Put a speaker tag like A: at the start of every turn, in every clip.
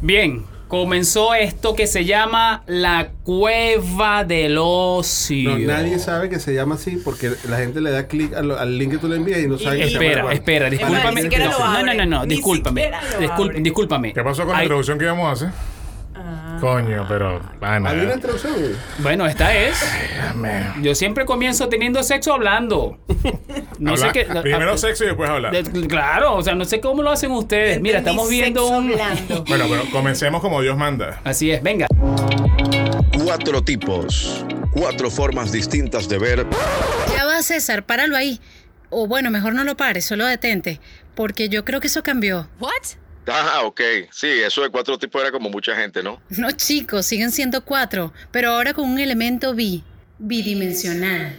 A: Bien, comenzó esto que se llama la cueva del ocio.
B: No, nadie sabe que se llama así porque la gente le da clic al, al link que tú le envías y no sabe que se llama
A: Espera,
B: igual.
A: espera,
C: Es más, ni
A: discúlpame.
C: siquiera
A: No,
C: lo
A: no,
C: abre.
A: no, no,
C: Ni
A: discúlpame.
C: siquiera lo
A: Discul-
C: abre.
A: discúlpame.
D: ¿Qué pasó con la
A: Ay, Ah.
D: introducción que íbamos a hacer? Coño, pero. Bueno,
B: Había una introducción. güey.
A: Bueno, esta es.
D: man.
A: Yo siempre comienzo teniendo sexo hablando. No sé
D: Habla-
A: qué.
D: Primero
A: ah,
D: sexo y después hablar.
A: de- Claro, o sea, no sé cómo lo hacen ustedes. Mira,
C: Entendí
A: estamos viendo
C: sexo
A: un.
C: blando.
D: Bueno, pero comencemos como Dios manda.
A: Así es, venga.
E: Cuatro tipos, cuatro formas distintas de ver
F: Ya va, César, páralo ahí. O bueno, mejor no lo pares, solo detente, porque yo creo que eso cambió.
E: Ajá, Ah, ok. Sí, eso de cuatro tipos era como mucha gente, ¿no?
F: No, chicos, siguen siendo cuatro, pero ahora con un elemento bi, bidimensional.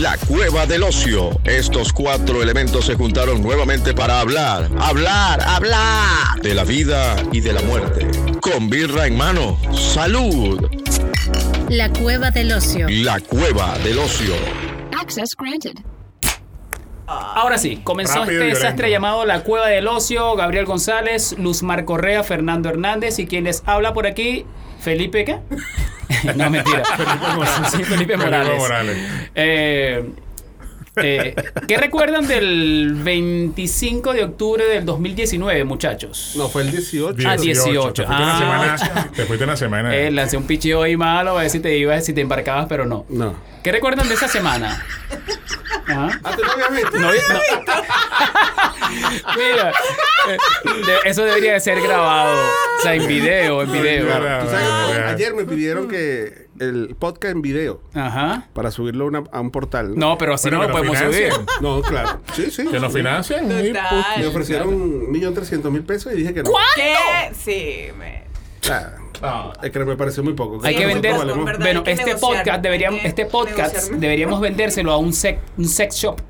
E: La cueva del ocio. Estos cuatro elementos se juntaron nuevamente para hablar, hablar, hablar de la vida y de la muerte. Con birra en mano. Salud.
F: La cueva del ocio.
E: La cueva del ocio.
G: Access granted.
A: Ahora sí, comenzó
D: Rápido
A: este
D: y
A: desastre
D: violento.
A: llamado La Cueva del Ocio, Gabriel González, Luz Mar Correa, Fernando Hernández y quien les habla por aquí, Felipe, ¿qué? no, mentira. Sí, Felipe Morales.
D: Morales.
A: Eh, eh, ¿Qué recuerdan del 25 de octubre del 2019, muchachos?
B: No, fue el 18.
A: Ah, 18.
D: Te fuiste, una
A: Ah.
D: semana, te fuiste una semana.
A: Eh, lancé un picheo ahí malo, a ver si te ibas, si te embarcabas, pero no.
B: No.
A: ¿Qué recuerdan de esa semana? Ajá.
B: Ah, tú no habías visto.
A: No, no. Mira, eh, de- eso debería de ser grabado. O sea, en video, en video.
B: Tú Ah, sabes
A: Ah.
B: que ayer me pidieron que el podcast en video
A: Ajá.
B: para subirlo a, una- a un portal.
A: No, pero así
D: Bueno,
A: no lo
D: que lo
A: podemos subir.
D: financien.
B: No, claro. Sí, sí.
D: Que nos financian. y pu-
B: Me
C: Total.
B: ofrecieron un millón trescientos mil pesos y dije que no.
C: ¿Qué? Sí, me.
B: Ah, es que me pareció muy poco.
A: Hay que
B: Nosotros
A: vender.
C: con
B: valemos-
C: verdad.
A: Bueno,
C: hay que
A: este
C: negociar,
A: podcast
C: ¿no?
A: deberíamos,
C: Hay que
A: este podcast
C: negociar.
A: deberíamos vendérselo a un sex, un sex shop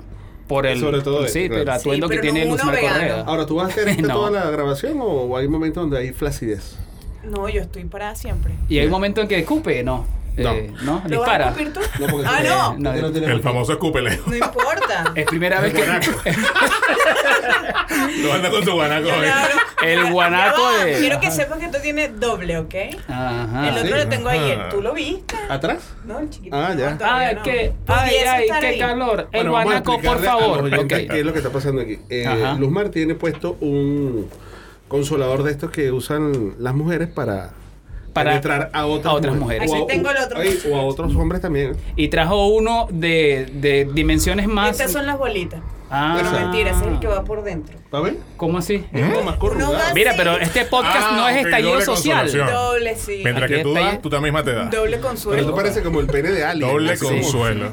A: por el,
B: Sobre todo
A: sí,
B: este,
A: pero el
B: claro.
A: atuendo
C: Sí,
A: que
C: pero
A: tiene
C: no
A: Luz
C: uno
A: Mar
C: vegano.
A: Correa.
B: Ahora, ¿tú vas a hacer este
A: No.
B: toda la grabación o hay momentos donde hay flacidez?
C: No, yo estoy parada siempre.
A: Y hay un momento en que escupe, no,
B: No.
A: Eh, no,
C: ¿Lo vas a
A: dispara.
C: escupir tú?
B: No, porque
C: ah,
B: tú- porque
C: no.
A: No,
B: no
D: El
B: tenemos-
D: famoso escúpele.
C: No importa.
A: Es primera vez que
D: Lo anda con tu guanaco.
C: Yo le
D: eh.
C: abro-
A: el guanaco
C: Ya va,
A: de. Ah,
C: Quiero que sepan que esto tiene doble, ¿ok?
A: Ajá.
C: el otro
B: ¿sí?
C: lo tengo ahí.
D: Ajá.
C: ¿Tú lo viste?
B: ¿Atrás?
C: No, el chiquito.
B: Ah, ya.
C: No, todavía
A: Ay,
C: no.
A: qué, ay,
C: Pudiese
A: ay,
C: estar
A: qué
C: ahí.
A: calor. El
B: Bueno, vamos a
A: guanaco, por
B: explicarle a
A: favor.
B: los oyentes
A: Ok.
B: ¿Qué es lo que está pasando aquí? Eh,
A: Ajá.
B: Luz Mar tiene puesto un consolador de estos que usan las mujeres para,
A: Para-
B: penetrar a otras,
A: a otras mujeres.
B: O
C: Aquí
B: a-
C: tengo el otro.
B: ay, o a otros hombres también.
A: Y trajo uno de, de dimensiones más.
C: Estas son ¿eh? las bolitas.
A: Ah.
C: Pero mentira, ese es el que va por dentro.
B: ¿Va a ver?
A: ¿Cómo así?
B: Uno más corrugado.
C: Uno más-
A: Mira, pero este podcast
D: Ah,
A: no es
D: ok,
A: estallido
D: doble
A: social.
B: Ah.
D: consolación.
C: Doble, sí.
D: Mientras
A: Aquí
D: que tú
A: está
D: das,
A: ahí.
D: tú también misma te das.
C: Doble
B: Pero
C: consuelo.
B: tú parece como el pene de alguien.
D: Doble
B: Así.
D: consuelo.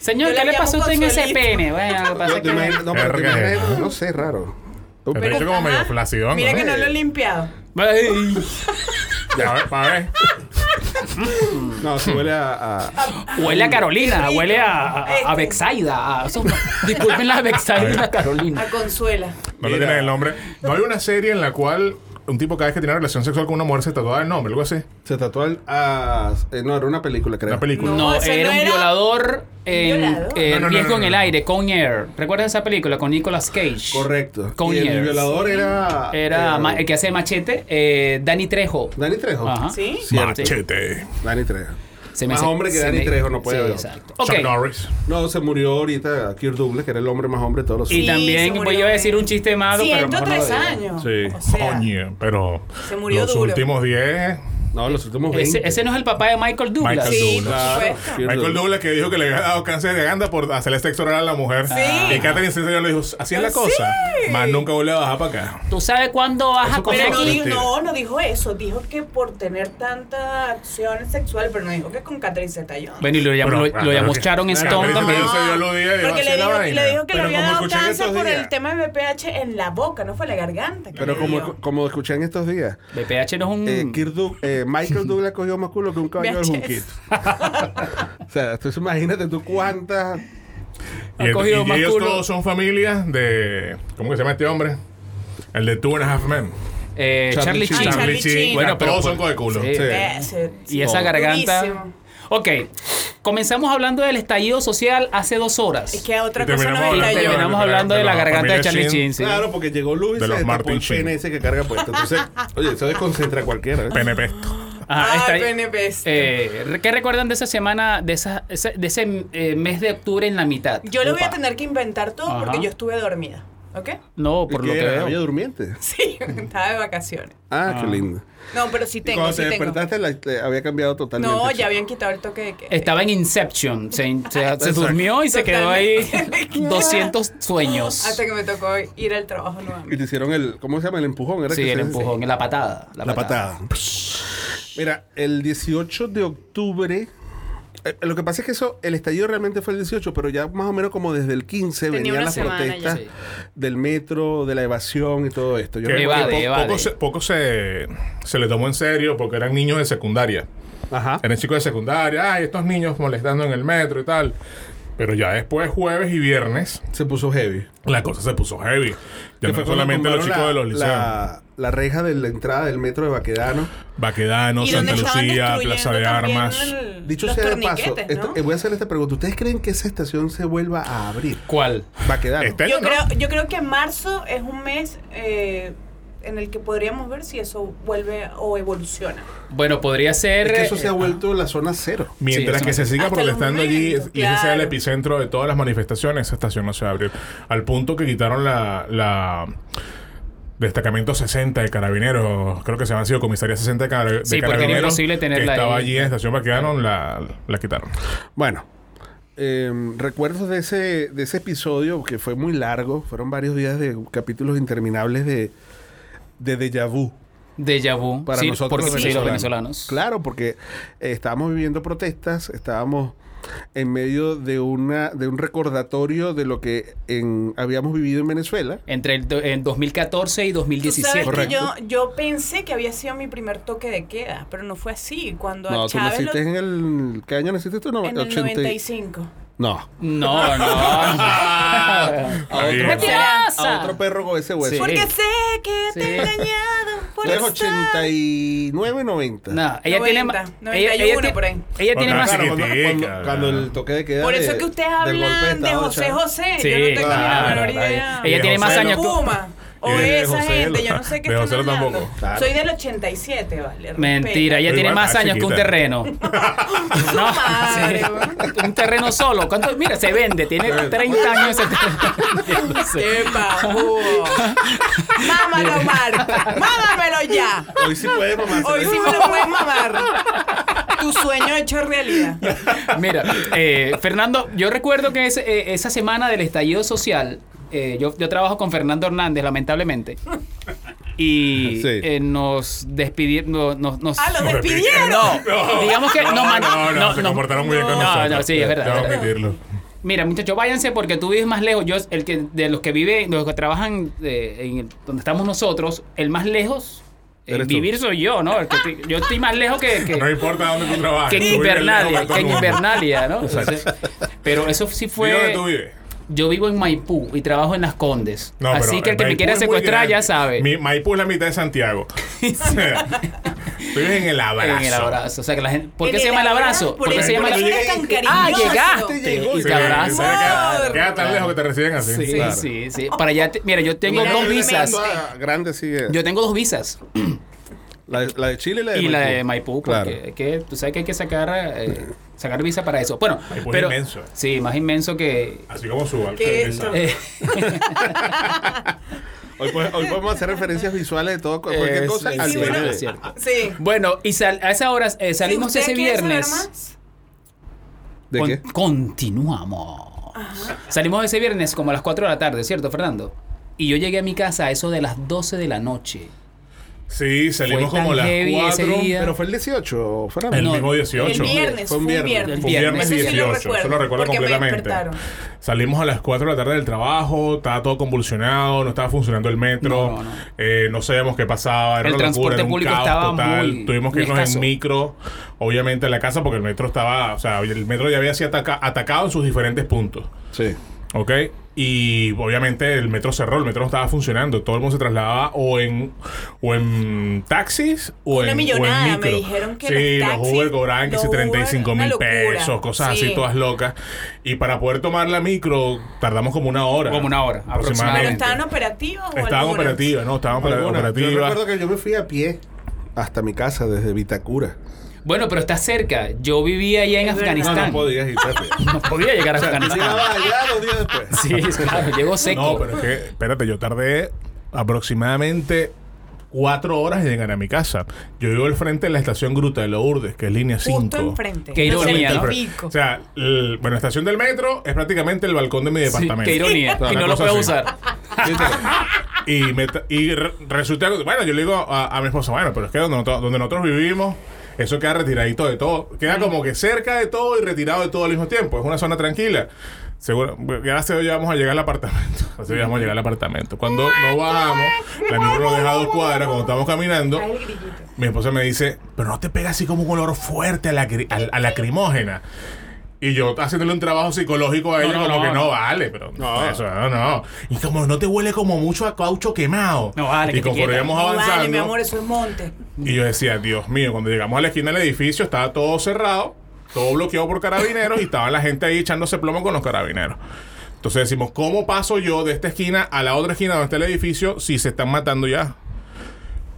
A: Señor,
C: Yo
A: ¿qué
C: le
A: le pasó a
C: llamo
A: usted en ese
C: consuelito.
A: pene? Bueno, lo que pasa
B: No,
A: es
B: te
A: que-
B: imaginas- no, pero te
D: Verga.
B: imaginas- no sé, raro.
D: Te
B: Pero-
D: hecho como
C: ajá,
D: medio flacidón.
C: Mira
D: ¿no?
C: que no lo he limpiado.
A: Ay.
D: A ver, para ver.
B: no, se huele a- a,
A: Huele a Carolina,
C: Rico.
A: huele a, a, a
C: Este.
A: Bexaida. a- son- disculpen la Bexaida y la Carolina.
C: A Consuela.
D: No le
B: Mira.
D: tienen el nombre. No hay una serie en la cual un tipo cada vez que tiene una relación sexual con una mujer se tatuaba el nombre, algo así.
B: Se tatuó al. ah, eh, no, era una película, creo.
D: Una película.
A: No,
C: No, ese
A: era
C: no
A: un
C: era-
A: violador en
C: ¿Violador?
A: eh,
D: No, no, no,
A: Riesgo
D: no,
A: en
D: no.
A: el Aire, Con Air. ¿Recuerdas esa película con Nicolas Cage?
B: Correcto.
A: Con
B: y el
A: years.
B: violador era.
A: Era
B: eh,
A: ma- el que hace machete, eh, Dani Trejo.
B: Dani Trejo.
A: Ajá.
C: ¿Sí?
B: Cierto.
D: Machete.
B: Dani Trejo.
A: Se
B: Más hombre que
A: se
B: Danny
A: me-
B: Trejo, no puede
A: sí,
B: haber otro.
A: exacto.
D: Chuck
A: Ok.
D: Norris.
B: No, se murió ahorita Kirk Douglas, que era el hombre más hombre de todos los
A: Y
C: Sí, se
A: también
C: murió
A: voy a
C: de-
A: decir un chiste malo, pero mejor no lo
C: 103
A: digo.
C: años.
D: Sí.
C: O sea,
D: Coño, pero
C: se murió
D: los
C: duro.
D: últimos 10.
B: No, los últimos 20.
A: Ese, ese no es el papá de Michael Douglas.
D: Pues Michael
C: Sí, por
D: Douglas.
C: supuesto.
B: Kirk
D: Michael
B: Douglas.
D: Douglas que dijo que le había dado cáncer de ganda por hacerle sexo oral a la mujer. Y Catherine Zeta le dijo, así es la
C: Sí.
D: cosa. Más nunca vuelve a bajar para acá.
A: ¿Tú sabes cuándo vas a
D: Eso
A: comer?
C: Pero no,
D: Mentira.
C: dijo, no, no dijo eso. Dijo que por tener tanta acción sexual, pero no dijo que con Catherine Zeta-Jones.
A: Bueno, y lo llamó,
D: Bueno, ah,
A: lo,
D: claro,
A: lo llamó
D: que-
A: Sharon
D: claro,
A: Stone
D: pero
A: también.
D: eso se dio los días y va a
C: Porque le
D: hacer la
C: dijo,
D: vaina.
C: le dijo que le
D: Pero
C: había
D: como
C: dado
D: escuché en
C: cáncer
D: estos
C: por
D: días.
C: el tema de BPH en la boca, no fue la garganta. que
B: Pero
C: le
B: como,
C: dio.
B: como escuché en estos días,
A: BPH no es un.
B: eh, Kirk Doug- eh, Michael Douglas cogió más culo que un caballo de
C: Mm. VHS.
B: Junquito. o sea, tú imagínate tú cuántas.
A: Ha
D: Y, el-
A: cogido
D: y
A: más
D: ellos
A: culo.
D: todos son familias de. ¿Cómo que se llama este hombre? El de Two and a Half Men.
A: eh, Charlie,
B: Charlie
A: Sheen.
C: Sheen. Ah, Charlie Sheen.
D: Bueno,
A: Bueno, pero
D: todos
C: Eh,
A: pues-
D: son coge culo.
A: sí.
D: Sí.
C: Ese-
A: Y esa
C: Durísimo.
A: garganta. Ok, Comenzamos hablando del estallido social hace dos horas.
C: Es que a otra
D: Y
C: cosa no
D: terminamos
C: me
D: hablando
C: cayó.
A: Terminamos hablando de, la garganta de Charlie Chin. sí.
B: Claro, porque llegó Luis
D: De
B: y
D: los
B: se destapó
D: Martin
B: el
D: Sheen.
B: pene ese que carga puesto. Entonces, oye, eso desconcentra a cualquiera. ¿eh?
D: PNP.
A: Ajá, está ahí.
C: Ay, PNP. este.
A: Eh, ¿Qué recuerdan de esa semana, de, esa, ese- de ese eh, mes de octubre en la mitad?
C: Yo lo voy a
A: Upa.
C: tener que inventar todo porque
A: Ajá.
C: yo estuve dormida. ¿Ok?
A: No, por
B: ¿Y
A: lo
B: qué
A: que
B: era?
A: veo.
B: ¿Había durmiente?
C: Sí, estaba de vacaciones.
B: Ah, qué lindo.
C: No, pero sí
B: Y
C: tengo,
B: cuando
C: sí
B: te
C: tengo.
B: despertaste, la- te había cambiado totalmente.
C: No,
B: chico.
C: ya habían quitado el toque de queda.
A: Estaba en Inception. Se, se- se
B: Exacto.
A: durmió y se quedó ahí
C: Totalmente.
A: 200 sueños.
C: Hasta que me tocó ir al trabajo
B: Y
C: nuevamente.
B: te hicieron el, ¿cómo se llama? El empujón. ¿era
A: Sí,
B: que
A: el
B: se-
A: empujón, la patada. La,
B: La patada. Mira, el 18 de octubre. eh, Lo que pasa es que eso, el estallido realmente fue el 18, pero ya más o menos como desde el 15
C: Tenía
B: venían
C: una
B: las
C: semana ya.
B: protestas del metro, de la evasión y todo esto. Yo
D: Que-
B: recuerdo-
A: Evade,
D: que po-
A: evade.
D: Poco, se, poco se, se le tomó en serio porque eran niños de secundaria.
B: Ajá.
D: Eran chicos de secundaria. Ay, estos niños molestando en el metro y tal. Pero ya después, jueves y viernes,
B: Se puso heavy.
D: la cosa se puso heavy. Ya
B: Que
D: no
B: fue
D: solamente
B: cuando
D: los chicos de los
B: tumbaron
D: liceos.
B: la- La, la reja de la entrada del metro de Baquedano.
D: Baquedano, Santa Lucía,
C: destruyendo
D: Plaza de
C: también
D: Armas.
C: el-
B: Dicho
C: Mm. los
B: sea de paso,
C: torniquetes,
B: esta-
C: ¿no?
B: eh, voy a hacer esta pregunta. ¿Ustedes creen que esa estación se vuelva a abrir?
A: ¿Cuál?
B: Baquedano.
D: Este
C: Yo
D: año, ¿no?
C: creo, yo creo que marzo es un mes eh, en el que podríamos ver si eso vuelve o evoluciona.
A: Bueno, podría ser.
B: Es que eso se ha
A: eh,
B: vuelto la zona cero.
D: Mientras
A: Sí,
D: que
A: eso
D: se siga
C: Hasta los
D: protestando allí
C: momentos,
D: y ese sea el
C: claro.
D: epicentro de todas las manifestaciones, esa estación no se abrió. Al punto que quitaron la, la destacamento 60 de carabineros, creo que se han sido comisaría 60 de, cara- de
A: Sí, porque era
D: carabineros.
A: imposible tenerla
D: que estaba
A: ahí.
D: allí en la estación Baquedano, la, la quitaron.
B: Bueno, em, recuerdos de ese, de ese episodio que fue muy largo. Fueron varios días de capítulos interminables de, de déjà vu.
A: Déjà vu.
B: para
A: sí,
B: nosotros
A: porque
B: los
A: sí, los
B: venezolanos.
A: venezolanos.
B: Claro, porque eh, estábamos viviendo protestas, estábamos en medio de una de un recordatorio de lo que en, habíamos vivido en Venezuela.
A: Entre el do- en 2014 y
C: Tú sabes
A: 2017.
B: Correcto.
C: que yo, yo pensé que había sido mi primer toque de queda, pero no fue así. Cuando
B: No,
C: a
B: tú
C: Chávez lo-
B: naciste en el ¿qué año naciste tú? No,
C: en el
B: 80 y-
C: 95.
B: No.
A: No, no.
B: A otro,
A: ¡Mentirosa!
B: a otro perro con ese hueso.
A: Sí.
C: Porque sé que
A: Sí.
C: te he engañado por
B: Tú eres
C: estar-
B: 89, 90.
A: No, ella tiene
C: 90,
A: más.
C: 91
A: ti-
C: por ahí.
A: ella tiene
D: Bueno,
A: más.
D: claro,
B: Cuando, cuando-
D: Chiquitica.
B: cuando el toque de queda.
C: Por
B: de-
C: eso es que ustedes
B: del golpe
C: hablan de
B: Estado,
C: José
B: Chávez.
C: José.
A: Sí,
C: yo no tengo
A: claro,
C: la menor
A: está bien.
C: idea.
A: Ella
D: De
A: tiene más
D: José
A: años que.
C: Puma. O
D: Y de
C: esa
D: José
C: gente,
D: Lo-
C: yo no sé qué
D: de
C: están
D: José Lo
C: hablando.
D: tampoco.
B: Claro.
C: Soy del 87, vale. respeta.
A: Mentira, ella
D: Pero
A: tiene
D: igual
A: más
D: está
A: años que un
D: chiquita.
A: terreno. No,
C: madre,
A: sí.
C: güey.
A: un terreno solo. ¿Cuánto? Mira, se vende, tiene 30 años ese terreno.
C: ¡Qué bajo! ¡Mámalo, Marta! ¡Mámamelo ya!
B: Hoy sí puede mamá. se
C: Hoy
B: lo-
C: sí me lo puedes mamar. Tu sueño hecho realidad.
A: Mira, eh, Fernando, yo recuerdo que ese- eh, esa semana del estallido social, eh, yo, yo trabajo con Fernando Hernández, lamentablemente, y
B: Sí.
A: eh, nos despidieron, nos, nos-
C: ¡Ah, lo despidieron!
A: No, digamos que nos
D: no,
A: man-
D: no, no, se
A: nos-
D: comportaron muy bien con
A: no,
D: nosotros.
A: no, sí, es verdad,
D: Debo
A: es verdad.
D: admitirlo.
A: Mira, muchachos, váyanse porque tú vives más lejos. Yo, el que de los que viven, de los que trabajan eh, en el- donde estamos nosotros, el más lejos en
B: Eres tú.
A: vivir soy yo, ¿no? El que te- yo estoy más lejos que, que-
D: No importa dónde tú trabajes.
A: que en
D: tú vives lejos
A: Invernalia,
D: de todo
A: que en
D: el mundo.
A: Invernalia, ¿no? Entonces, pero eso sí
D: Dime
A: fue.
D: dónde tú vives.
A: Yo vivo en Maipú y trabajo en Las Condes.
D: No,
A: Así
D: pero
A: que el que me
D: Maipú
A: quiera
D: es muy
A: secuestrar ya
D: grande.
A: sabe.
D: Mi, Maipú es la mitad de Santiago. O sea, Vives en el abrazo.
A: En el abrazo. O sea, que la gente, ¿Por qué
C: En
A: se llama el abrazo?
C: Por
A: Porque
C: eso
A: se llama
D: el-
C: eres
D: llegué-
C: tan
A: Ah,
C: cariñoso.
A: llegaste y
D: Sí,
A: te abrazo.
D: o sea, queda-
C: Amor.
D: Queda tan lejos que te reciben así.
A: Sí,
D: Claro.
A: sí, sí. Para allá, te- mira, yo tengo
C: Mira,
A: dos
C: yo me
A: visas.
C: invento.
B: Ah, Grande sí. es.
A: Yo tengo dos visas.
B: La, de- la de Chile y la de
A: y
B: Maipú.
A: la de Maipú, porque
B: Claro.
A: es que tú sabes que hay que sacar eh, sacar visa para eso. Bueno,
D: Maipú es
A: pero
D: inmenso.
A: sí, más inmenso que
D: Así como su alta
C: Qué
D: defensa.
C: esto.
A: eh,
B: Hoy, puede- hoy podemos hacer referencias visuales de todo, cualquier
A: es-
B: cosa.
A: es
B: al
A: cierto,
B: PNB.
A: es cierto.
C: Sí.
A: Bueno, y sal- a esa hora eh, salimos
C: Si ustedes
A: ese
C: quieren saber
A: viernes.
C: más,
B: ¿De
A: Con-
B: qué?
A: Continuamos. Salimos ese viernes como a las 4 de la tarde, ¿cierto, Fernando? Y yo llegué a mi casa a eso de las 12 de la noche.
D: Sí, salimos
A: Fue tan
D: como las
A: heavy ese
D: 4.
A: día.
B: Pero fue el 18, Fernando.
D: El
A: No,
D: mismo 18.
C: El viernes,
B: Fue
C: fue
B: un
C: un
B: viernes.
C: viernes.
D: Fue viernes
C: Eso sí lo
D: 18,
C: recuerdo,
D: eso lo recuerdo
C: porque me
D: completamente.
C: despertaron.
D: Salimos a las 4 de la tarde del trabajo, estaba todo convulsionado, no estaba funcionando el metro,
A: No, no, no.
D: eh, no sabíamos qué pasaba, era
A: El
D: una
A: transporte
D: locura, era un
A: público
D: caos
A: estaba
D: total.
A: muy-
D: Tuvimos que
A: muy
D: irnos
A: escaso.
D: en micro, obviamente a la casa, porque el metro estaba, o sea, el metro ya había sido ataca- atacado en sus diferentes puntos.
B: Sí.
D: ¿Ok? Y obviamente el metro cerró, el metro no estaba funcionando. Todo el mundo se trasladaba o en, o en taxis o
C: Una
D: en, o en
C: millonada, me
D: micro.
C: dijeron que
D: sí,
C: los
D: los
C: taxis,
D: Uber cobraban que
C: los
D: si
C: Uber,
D: 35 mil
C: una locura.
D: pesos, cosas
C: Sí.
D: así, todas locas. Y para poder tomar la micro, tardamos como una hora.
A: Como una hora,
C: Pero
A: aproximadamente.
C: estaban operativos. o
D: Estaban
C: algunas?
D: operativas, ¿no?
B: Ah,
D: Estaban para-
B: Alguna. Yo
D: operativas.
B: recuerdo que yo me fui a pie hasta mi casa desde Vitacura.
A: Bueno, pero está cerca. Yo vivía allá en
C: Es verdad.
A: Afganistán.
B: No, no podías irte a pie.
A: No podía llegar a Afganistán.
B: Llegaba allá dos días después.
A: Sí, claro, llegó seco.
D: No, pero es que, espérate, yo tardé aproximadamente cuatro horas en llegar a mi casa. Yo vivo al frente de la estación Gruta de Lourdes, que es línea 5.
C: Justo enfrente.
A: Qué
C: No sé,
A: ironía,
C: el
A: ¿no?
C: pico.
D: O sea, el- bueno, estación del metro es prácticamente el balcón de mi
A: Sí,
D: departamento.
A: qué ironía.
D: Una
A: Y no lo
D: cosa
A: puedo
D: así.
A: usar.
D: Y, me tra- y re- resulta que, bueno, yo le digo a, a mi esposa, bueno, pero es que donde, noto- donde nosotros vivimos, eso queda retiradito de todo. Queda como que cerca de todo y retirado de todo al mismo tiempo. Es una zona tranquila. Seguro, gracias a Dios ya vamos a llegar al apartamento. Gracias a Dios ya vamos a llegar al apartamento. Cuando nos bajamos, la micro nos deja a dos cuadras, cuando estamos caminando,
C: Ay, el grillito.
D: mi esposa me dice, pero no te pega así como un olor fuerte a, la, a, lacrimógena. Y yo haciéndole un trabajo psicológico a ella,
A: no,
D: como
A: no,
D: que no
A: no.
D: vale, pero no. eso, no, no. Y como no te huele como mucho a caucho quemado.
A: No vale, que
D: Y
A: te
D: conforme
A: quita.
D: íbamos
C: No
D: avanzando.
C: Vale, mi amor, eso es monte.
D: Y yo decía, Dios mío, cuando llegamos a la esquina del edificio estaba todo cerrado, todo bloqueado por carabineros y estaba la gente ahí echándose plomo con los carabineros. Entonces decimos, ¿cómo paso yo de esta esquina a la otra esquina donde está el edificio si se están matando ya?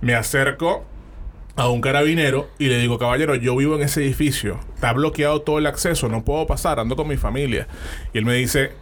D: Me acerco a un carabinero y le digo, caballero, yo vivo en ese edificio, está bloqueado todo el acceso, no puedo pasar, ando con mi familia. Y él me dice,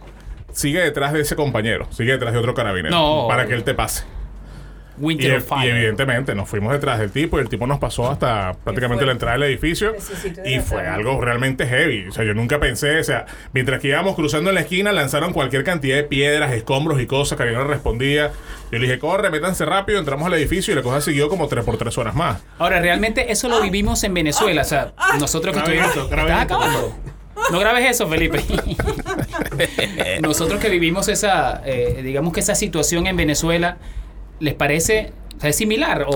D: sigue detrás de ese compañero, sigue detrás de otro carabinero,
A: No.
D: para que él te pase. Y,
A: Winter
D: ev-
A: of Fire.
D: y evidentemente nos fuimos detrás del tipo y el tipo nos pasó hasta prácticamente
C: fuerte.
D: la entrada del edificio
C: Necesito
D: y fue
C: deshacerme.
D: algo realmente heavy. O sea, yo nunca pensé, o sea, mientras que íbamos cruzando en la esquina lanzaron cualquier cantidad de piedras, escombros y cosas que yo no respondía. Yo le dije, corre, métanse rápido, entramos al edificio y la cosa siguió como tres por tres horas más.
A: Ahora, realmente eso
C: Ah.
A: lo vivimos en Venezuela. O sea, nosotros que
D: Grabe
A: estuvimos.
D: esto, grabe
A: Estás
D: esto.
A: acabando. No grabes eso, Felipe. nosotros que vivimos esa, eh, digamos que esa situación en Venezuela, ¿les parece? o sea, ¿Es similar? O,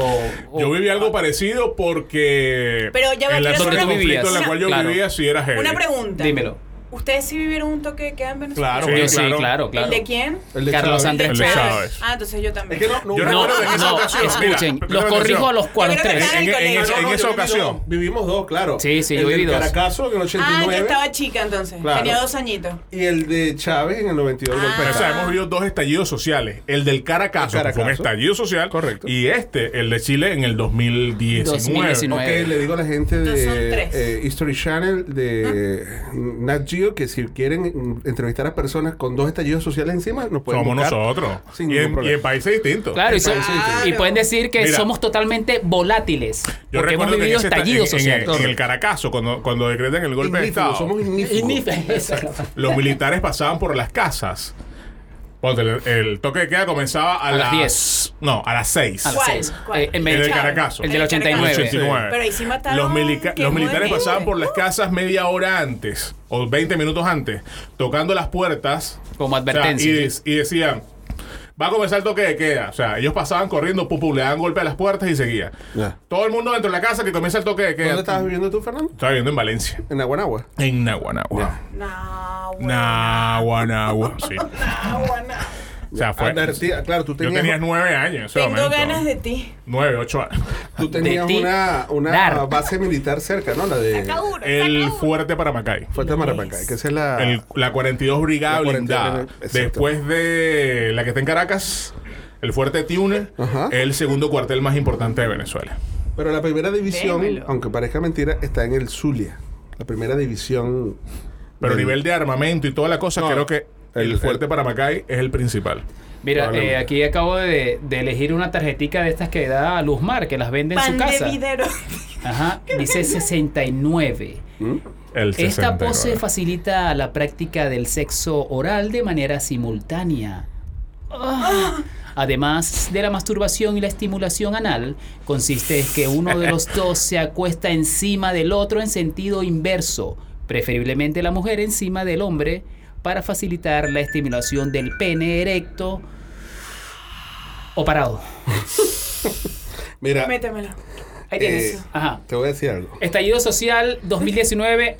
A: o-
D: Yo viví algo parecido porque
C: Pero ya va,
D: en la
C: quiero
D: zona
A: hacer
D: de
A: una-
D: conflicto en la
A: Una-
D: cual yo
A: claro.
D: vivía sí era heavy.
C: Una pregunta.
A: Dímelo.
C: ¿Ustedes sí vivieron un toque de queda en Venezuela?
D: Claro,
A: Yo
D: bueno,
A: sí,
D: claro.
A: claro, claro.
C: ¿El de quién?
B: El de
A: Carlos
B: Chávez.
A: Andrés
D: El de
A: Chávez.
D: Chávez.
C: Ah, entonces yo también.
B: Es que no, no,
D: Yo
A: No,
D: recuerdo que en esa
A: no,
D: ocasión, mira,
A: escuchen,
D: primera
A: los corrijo
D: ocasión.
A: a los cuatro,
C: Yo creo que
A: tres.
C: estaba
D: En- en- en-
C: colegio.
D: en-
B: No, no,
D: esa
B: yo viví
D: ocasión.
B: dos. Vivimos dos, claro.
A: Sí, sí, yo
B: el
A: viví
B: del
A: dos.
B: Caracazo en el
C: Ah,
B: 89
C: yo estaba chica entonces.
B: Claro.
C: Tenía dos añitos.
B: y el de Chávez en el 92
C: Ah.
B: golpe de
D: O sea,
B: Estado.
D: hemos vivido dos estallidos sociales. El del Caracazo,
B: El
D: que fue un
B: Caracazo.
D: estallido social.
B: Correcto.
D: Y este, el de Chile, en el 2019.
A: 2019.
B: Ok, le digo a la gente
C: Entonces son
B: de
C: tres. Ah.
B: eh, History Channel, de Nat Geo, que si quieren mm, entrevistar a personas con dos estallidos sociales encima, nos pueden
D: Somos
B: buscar
D: nosotros.
B: Sin
D: Y
B: ningún
D: en, y
B: problema.
D: en países distintos.
A: Claro, y, so-
C: Claro.
A: y pueden decir que
D: Mira.
A: somos totalmente volátiles.
D: Yo
A: porque hemos
D: recuerdo que en
A: vivido
D: ese esta-
A: estallidos
D: en, en el-
A: sociales.
D: en el Caracazo, cuando, cuando decretan el golpe de
B: Ignífugos,
D: Estado,
B: somos
A: Y ni-
B: ignífugos.
A: Exacto.
D: los militares pasaban por las casas. Ponte, el, el toque de queda comenzaba a,
A: A las
D: 10. No, a las 6.
A: A las
C: ¿Cuál?
A: seis.
C: ¿Cuál?
A: Eh, en
D: El del
A: Medellín.
D: Caracazo.
A: El del
C: El
A: 89.
D: 89.
C: Pero ahí sí mataron,
D: Los, milica-
C: que
D: los
C: nueve
D: militares
C: gente.
D: pasaban por las casas media hora antes o 20 minutos antes, tocando las puertas.
A: Como
D: O sea,
A: advertencia.
D: y des- y, decían. Va a comenzar el toque de queda. O sea, ellos pasaban corriendo, pum, pum, le daban golpe a las puertas y seguía.
B: Ya.
D: Todo el mundo dentro de la casa que comienza el toque de queda.
B: ¿Dónde estabas viviendo tú, Fernando?
D: Estaba viviendo en Valencia.
B: En Aguanagua.
D: En Naguanagua.
C: No, bueno.
D: Naguanagua. Sí.
C: Ah, bueno.
D: O sea, Ah, fue.
B: Andalucía, claro, tú
D: Yo
B: tenías,
D: tenía nueve años. en ese
C: Tengo
D: momento.
C: ganas de ti.
D: Nueve, ocho años.
B: tú tenías
A: de ti,
B: una, una
A: dar.
B: base militar cerca, ¿no? La de
C: Cauro,
D: El
C: saca uno.
D: fuerte para Macay.
B: Fuerte Marapacay, que esa es la...
D: El- la 42 Brigada
B: Ah. La 42
D: Blindada.
B: exacto.
D: Después de la que está en Caracas, el fuerte Tiune,
B: Ajá.
D: el segundo cuartel más importante de Venezuela.
B: Pero la primera división,
C: Démelo.
B: aunque parezca mentira, está en el Zulia. La primera división.
D: Pero a
B: del-
D: nivel de armamento y toda la cosa,
B: No,
D: creo que el,
B: el-
D: fuerte para Macay es el principal.
A: Mira,
D: Probablemente.
A: eh, aquí acabo de, de elegir una tarjetica de estas que da Luzmar, que las vende en su
C: Pan de
A: casa.
C: videro.
A: Ajá, dice 69.
D: El
A: Esta
D: 69.
A: pose facilita la práctica del sexo oral de manera simultánea. Ah. Además de la masturbación y la estimulación anal, consiste en que uno de los dos se acuesta encima del otro en sentido inverso, preferiblemente la mujer encima del hombre, para facilitar la estimulación del pene erecto o parado.
B: Mira,
C: Métemelo.
A: Ahí
B: eh,
A: tienes. Ajá.
B: te voy a decir algo.
A: Estallido social 2019,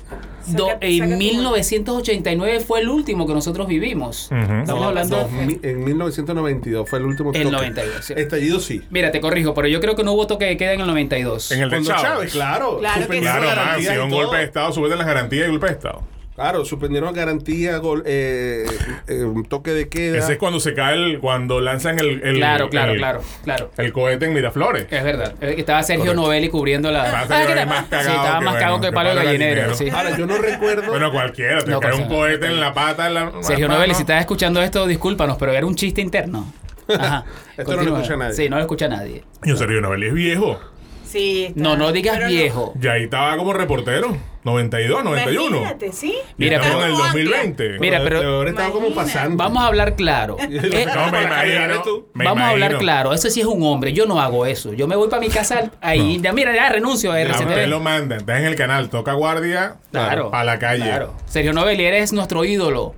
A: Do-
C: Saca- saca
A: en
C: tu-
A: 1989 fue el último que nosotros vivimos.
D: Ujú.
A: Estamos hablando
B: Dos mil- en 1992 fue el último
A: El
B: toque.
A: 92, sí.
B: Estallido sí.
A: Mira, te corrijo, pero yo creo que no hubo toque de queda en el 92.
D: En el de
B: Cuando
D: Chávez.
B: Chávez, claro.
C: Claro que
B: suspendieron
D: Claro, man, si
B: garantías
D: es
B: y
D: un
B: todo.
D: golpe de Estado, suben las garantías y golpe de Estado.
B: Claro, suspendieron garantía, gol, eh, eh, un toque de queda.
D: Ese es cuando se cae el, cuando lanzan el, el-
A: claro, claro,
D: el-
A: claro, claro.
D: el cohete en Miraflores.
A: Es verdad. Eh, Estaba Sergio
D: Correcto.
A: Novelli cubriendo la.
D: Pasa que
A: ¿qué
D: lo
A: tal?
D: ven más
A: Sí,
D: cagado
A: estaba más
D: que bueno,
A: cagado que
D: que
A: el palo de
D: palo de
A: gallinero.
D: gallinero.
A: sí.
B: Ahora, yo no recuerdo.
D: Bueno, cualquiera, te
A: No
D: cae
A: pasa
D: un
A: nada.
D: cohete en la pata. en la-
A: Sergio
D: mano.
A: Novelli, si estás escuchando esto, discúlpanos, pero era un chiste interno. Ajá.
B: Esto no lo
A: Continúa.
B: escucha nadie.
A: Sí, no lo escucha nadie.
D: Yo, Sergio Novelli es viejo.
C: Sí, está-
A: No, no digas
C: Ah. pero
A: viejo.
D: Y ahí estaba como reportero. 92, 91.
C: Imagínate, ¿sí?
A: Mira,
D: Mira, estamos
A: pero-
D: en el 2020.
A: Mira, pero-
B: ahora estaba como
C: Imagina.
B: pasando.
A: Vamos a hablar claro. Eh,
D: no, me
B: Dale
D: imagino.
B: tú.
D: me
A: Vamos a hablar
D: imagino.
A: claro. Eso sí es un hombre. Yo no hago eso. Yo me voy para mi casa ahí. ya, Mira, ya renuncio eh, a
D: A
A: RCTV.
D: usted lo mandan. Estás en el canal, toca guardia.
A: Claro.
D: A la calle.
A: Claro. Sergio Novelli, eres nuestro ídolo.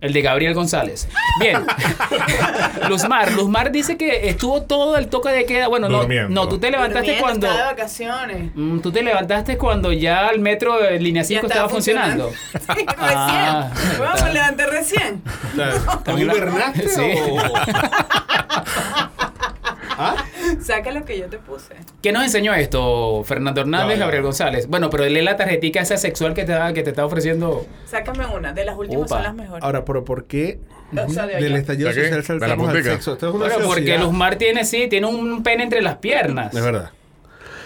A: El de Gabriel González. Bien. Luzmar, Luzmar dice que estuvo todo el toque de queda. Bueno, no,
D: Durmiendo.
A: no, tú te levantaste
C: Durmiendo,
A: cuando.
C: estaba de vacaciones.
A: Mm, tú te levantaste cuando ya el metro de línea 5 estaba, funcionando.
C: sí, recién.
A: Ah,
C: Vamos,
A: está.
C: me levanté recién.
B: ¿Tú hibernaste
A: Sí.
B: o...?
C: Saca lo que yo te puse.
A: ¿Qué nos enseñó esto, Fernando Hernández,
B: Claro.
A: Gabriel González? Bueno, pero lee la tarjetica esa sexual que te, que te está ofreciendo.
C: Sácame una. De las últimas
A: Opa.
C: son las mejores.
B: Ahora, pero ¿por qué
C: O sea, de
B: del
C: allá.
B: estallido
D: ¿De qué?
B: social
D: ¿De la
B: saltamos al
D: puntica?
B: sexo? Esto es una
A: Bueno, porque
B: sociedad.
A: Luzmar tiene, sí, tiene un pene entre las piernas.
B: Es verdad.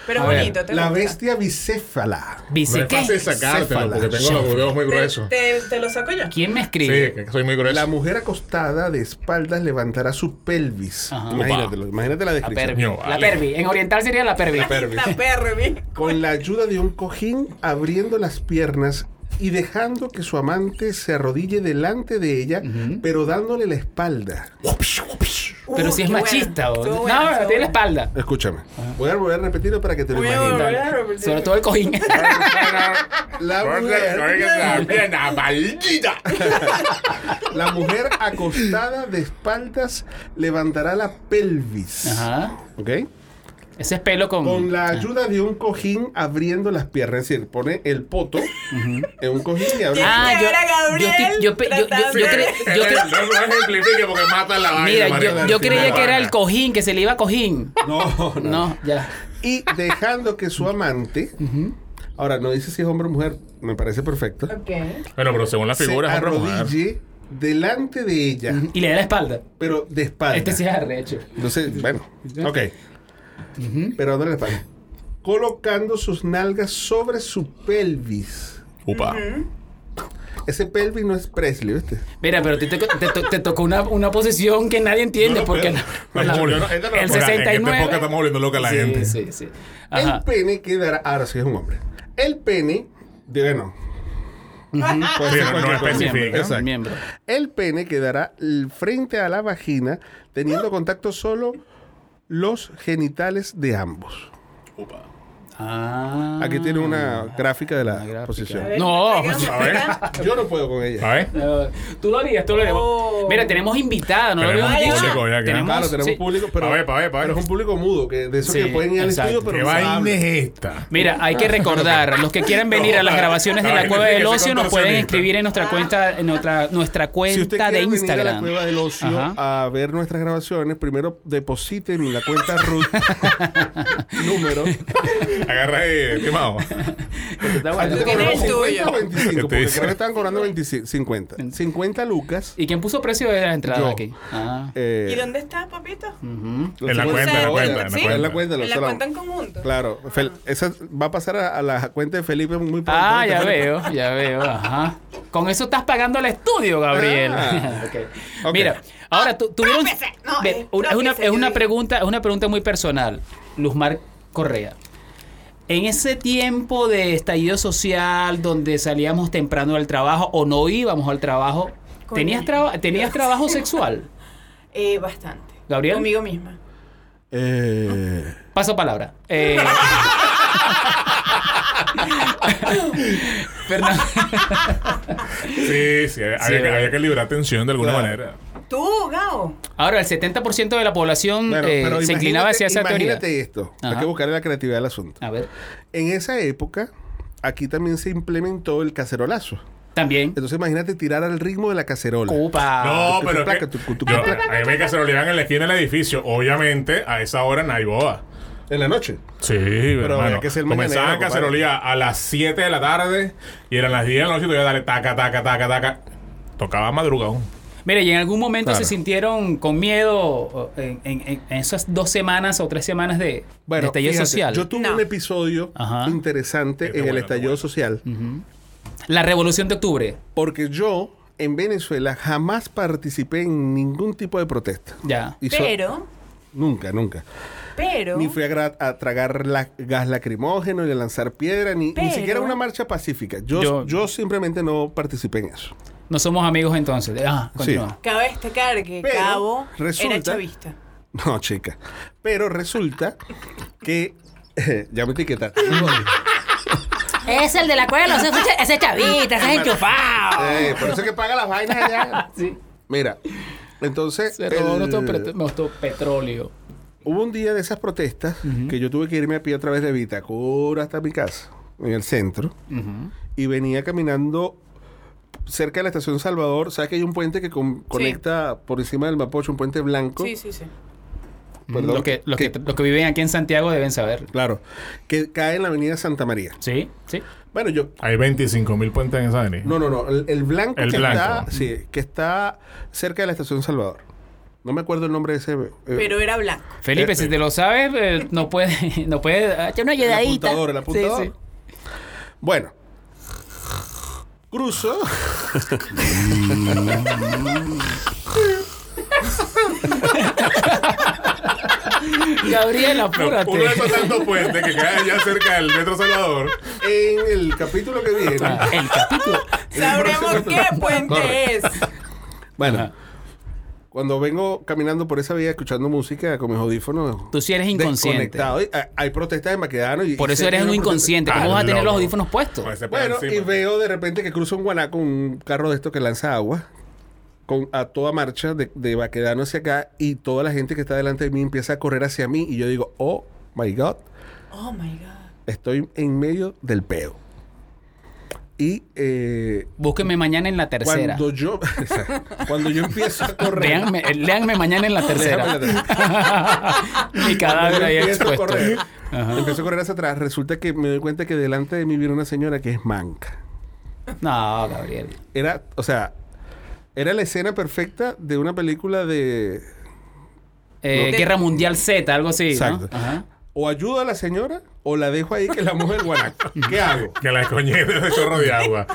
C: Pero
A: A
C: es
A: ver,
C: bonito. te
B: La
C: gusta.
B: bestia bicéfala.
D: No
A: Dice,
D: es
A: ¿qué?
D: fácil sacártelo
B: Céfala.
D: porque tengo los huevos muy gruesos.
C: Te, te- te lo saco yo.
A: ¿Quién me
D: Sí,
A: escribe?
D: que soy muy grueso.
B: La mujer acostada de espaldas levantará su pelvis.
A: Ajá.
B: Imagínatelo, imagínate la
A: La
B: descripción.
A: pervi.
D: No,
A: La
D: vale.
A: pervi. En oriental sería la pervi.
C: La perri.
B: Con la ayuda de un cojín, abriendo las piernas y dejando que su amante se arrodille delante de ella, pero dándole la espalda.
A: Pero si es machista, o- No, tiene la espalda.
B: Escúchame. Voy a volver a repetirlo para que te lo
C: Voy a volver a
B: imagines.
C: repetir.
A: Sobre todo el cojín.
B: La mujer, la mujer acostada de espaldas levantará la pelvis.
A: Ajá.
B: ¿Ok?
A: Ese es pelo con.
B: Con la ayuda de un cojín abriendo las piernas. Es decir, pone el poto en un cojín y abre.
C: Ah,
A: yo,
C: Ahora Gabriel
A: yo, estoy- yo pe- yo- yo- yo cre- yo cre-
D: No lo ejemplifique porque mata la vaina.
A: Mira, yo,
D: Mariana.
A: yo creía que era el cojín, que se le iba a cojín.
B: No,
A: No, ya.
B: Y dejando que su amante. Ahora, no dice si es hombre o mujer. Me parece perfecto.
C: Ok.
D: Bueno, pero según la
B: Se
D: figura es hombre o mujer.
B: arrodille delante de ella,
A: Y le da la espalda.
B: pero de espalda.
A: Este sí es arrecho.
B: Entonces, bueno, ok. Pero dándole la espalda. Colocando sus nalgas sobre su pelvis.
D: Upa.
B: Ese pelvis no es Presley, ¿viste?
A: Mira, pero te, tocó- te to- te tocó una, una posición que nadie entiende porque la-
D: No,
A: la-
D: yo no- esta no la
A: el
D: puedo- En esta
A: 69.
D: época estamos volviendo loca a la
A: sí,
D: gente.
A: sí, sí.
B: El
A: Ajá.
B: pene quedará. Ahora sí es un hombre. El pene. De, bueno. puede
D: Sí,
B: ser cualquier
D: no- no
B: cosa.
D: especifica.
A: Miembro,
B: Exacto.
A: miembro.
B: El pene quedará l- frente a la vagina,
A: ¡Ah!
B: teniendo contacto solo los genitales de ambos.
A: Ah.
B: Aquí tiene una gráfica de la
A: gráfica.
B: posición.
C: A ver,
A: No,
C: traigan-
A: pues,
D: A ver,
B: Yo no puedo con ella.
D: a ver.
A: Eh, Tú lo harías, tú lo harías.
C: Oh.
A: Mira, tenemos invitada, no lo
D: Tenemos
A: habíamos
D: un
A: dicho.
D: público ya que-
B: Claro, tenemos
A: sí.
B: público, pero,
D: Pa' ver, pa' ver, pa' ver.
B: pero es un público mudo, que de eso
A: Sí,
B: que pueden ir al
A: exacto.
B: estudio, pero
D: ¿Qué
B: no
D: vaina
B: hablan.
D: es esta?
A: Mira, hay que recordar, los que quieran venir a las grabaciones de la
D: Ay,
A: Cueva
D: tiene que
A: del
D: ser
A: Ocio nos pueden
D: contorsionista.
A: escribir en nuestra cuenta, en nuestra, nuestra
B: Si usted
A: cuenta
B: quiere
A: de
B: venir a la
A: Instagram.
B: Cueva del Ocio
A: Ajá.
B: a ver nuestras grabaciones, primero depositen en la cuenta Ruth número.
D: Agarra eh, quemado.
B: Ah,
A: Está bueno.
C: Tú tienes el tuyo.
B: 50 o 25,
D: ¿Qué te
B: porque
D: dice?
B: creo que estaban cobrando 25, 50. 50 lucas.
A: ¿Y quién puso precio de la entrada
B: Yo.
A: aquí? Ah.
B: eh,
C: ¿Y dónde está, papito?
B: lo
D: En la
B: hicimos
D: cuenta, en la
B: ahora,
D: cuenta, en
B: ¿sí?
D: la cuenta.
B: En la cuenta, lo
C: ¿En la
B: hicimos.
C: cuenta Ah. en conjunto?
B: Claro, Fel- esa va a pasar a, a la cuenta de Felipe muy pronto.
A: Ah, ya
B: Felipe.
A: veo, ya veo, ajá. Con eso estás pagando el estudio, Gabriel.
B: Ah,
A: Ok.
B: ok.
A: Mira, ahora tú tuvieron
C: Própese, Ah, no,
A: Ve,
C: eh,
A: una- es una
C: própese,
A: es
C: yo
A: una
C: digo.
A: pregunta, es una pregunta muy personal. Luzmar Correa. En ese tiempo de estallido social donde salíamos temprano del trabajo o no íbamos al trabajo,
C: Coño.
A: ¿tenías traba- tenías trabajo sexual?
C: Eh, bastante.
A: ¿Gabriel?
C: Conmigo misma.
B: Eh,
A: Paso palabra. Eh, Fernando-
D: Sí, sí, había,
A: Sí,
D: había que-
A: ¿verdad?
D: había que liberar tensión de alguna
B: Claro.
D: manera.
C: Tú, Gao.
A: Ahora, el 70% de la población
B: bueno,
A: eh,
B: pero
A: se
B: imagínate-
A: inclinaba hacia esa teoría.
B: Imagínate esto.
A: Ajá. Ah.
B: Hay que buscar la creatividad del asunto.
A: A ver.
B: En esa época aquí también se implementó el cacerolazo.
A: También.
B: Entonces imagínate tirar al ritmo de la cacerola.
A: Opa.
D: No,
B: tu, tu,
D: pero.
B: placa,
D: que-
B: tu, tu, tu,
D: yo-
B: tu, placa.
D: a mí me caceroleaban en la esquina del edificio. Obviamente, a esa hora no hay boda.
B: En la noche.
D: Sí,
B: Pero
D: hermano.
B: había que ser
D: Comenzaban a
B: mañanero, compadre.
D: cacerolear a las 7 de la tarde y eran las 10 de la noche y todavía darle taca, taca, taca, taca. Tocaba madrugón.
A: Mire, y en algún momento
D: Claro.
A: se sintieron con miedo o, en, en- en- en esas dos semanas o tres semanas de, de estallido
B: fíjate,
A: social.
B: Yo tuve
C: No.
B: un episodio
A: Ajá.
B: interesante
D: Qué
B: en el
D: bueno,
B: estallido
D: bueno.
B: social.
A: La revolución de octubre.
B: Porque yo en Venezuela jamás participé en ningún tipo de protesta.
A: Ya.
B: Y so-
C: Pero,
B: nunca, nunca.
C: pero.
B: Ni fui a, gra- a tragar la- gas lacrimógeno, ni a lanzar piedra, ni, ni
C: Pero-
B: siquiera una marcha pacífica. Yo,
A: Yo-
B: yo, simplemente no participé en eso.
A: No somos amigos entonces. Ah, continúa.
B: Sí.
C: Cabe destacar que
B: Pero,
C: Cabo era
B: resulta-
C: chavista.
B: No, chica. Pero resulta que... ya me etiquetaste.
H: Es el de la cueva, ese, ese chavita, ese es enchufado.
B: Eh, por eso es que paga las vainas allá. Mira, entonces...
A: Se robó
B: el-
A: nuestro pet- nuestro petróleo.
B: Hubo un día de esas protestas que yo tuve que irme a pie a través de Vitacura hasta mi casa, en el centro, y venía caminando cerca de la estación Salvador. ¿Sabes que hay un puente que con- conecta por encima del Mapocho, un puente blanco?
C: Sí, sí, sí.
B: Perdón,
A: Los que, los, que,
B: Mm. que-
A: los que viven aquí en Santiago deben saber.
B: Claro, que cae en la avenida Santa María.
A: Sí, sí.
B: Bueno, yo...
D: Hay 25 mil puentes en esa avenida.
B: No, no, no. El, el blanco,
D: El
B: que,
D: blanco.
B: Está, sí, que está cerca de la estación Salvador. No me acuerdo el nombre de ese... eh,
C: Pero era blanco.
A: Felipe, si te lo sabes, eh, no puede, no puede
H: Yo una
B: El
H: ayudadita.
B: apuntador, el apuntador.
A: sí.
B: Bueno. Cruzo.
A: Gabriel,
D: Pero
A: apúrate.
D: Uno de esos tantos puentes que queda allá cerca del Metro Salvador.
B: En el capítulo que viene.
A: Ah, El capítulo.
C: Sabremos qué puente es.
B: Bueno.
A: Ajá.
B: Cuando vengo caminando por esa vía escuchando música con mis audífonos.
A: Tú sí eres inconsciente.
B: desconectado, y, ah, hay protestas de Maquedano. Y,
A: Por
B: y
A: eso
B: sé
A: eres
B: que
A: un
B: hay una protesta-
A: inconsciente. ¿Cómo
D: Ah,
A: vas a tener los
D: loco.
A: audífonos puestos?
D: Con ese pedo
B: Bueno, y
D: Pues encima.
B: veo de repente que cruza un guanaco, un carro de estos que lanza agua, con, a toda marcha de, de Baquedano hacia acá, y toda la gente que está delante de mí empieza a correr hacia mí, y yo digo, oh my God,
C: Oh my god.
B: estoy en medio del peo. Y eh,
A: Búsquenme mañana en la tercera.
B: cuando yo cuando yo empiezo a correr,
A: Léanme, eh, léanme mañana en la tercera.
B: Léanme la
A: Mi
B: cuando
A: cadáver
B: yo
A: ahí
B: empiezo a
A: expuesto.
B: correr, empiezo a correr hacia atrás, resulta que me doy cuenta que delante de mí viene una señora que es manca.
A: No, Gabriel.
B: Era, o sea, era la escena perfecta de una película de
A: Eh, Guerra Mundial Z, algo así. ¿no?
B: Exacto.
A: Ajá.
B: o ayudo a la señora o la dejo ahí que la mujer el guanaco. ¿Qué hago?
D: Que la coñete de chorro de agua.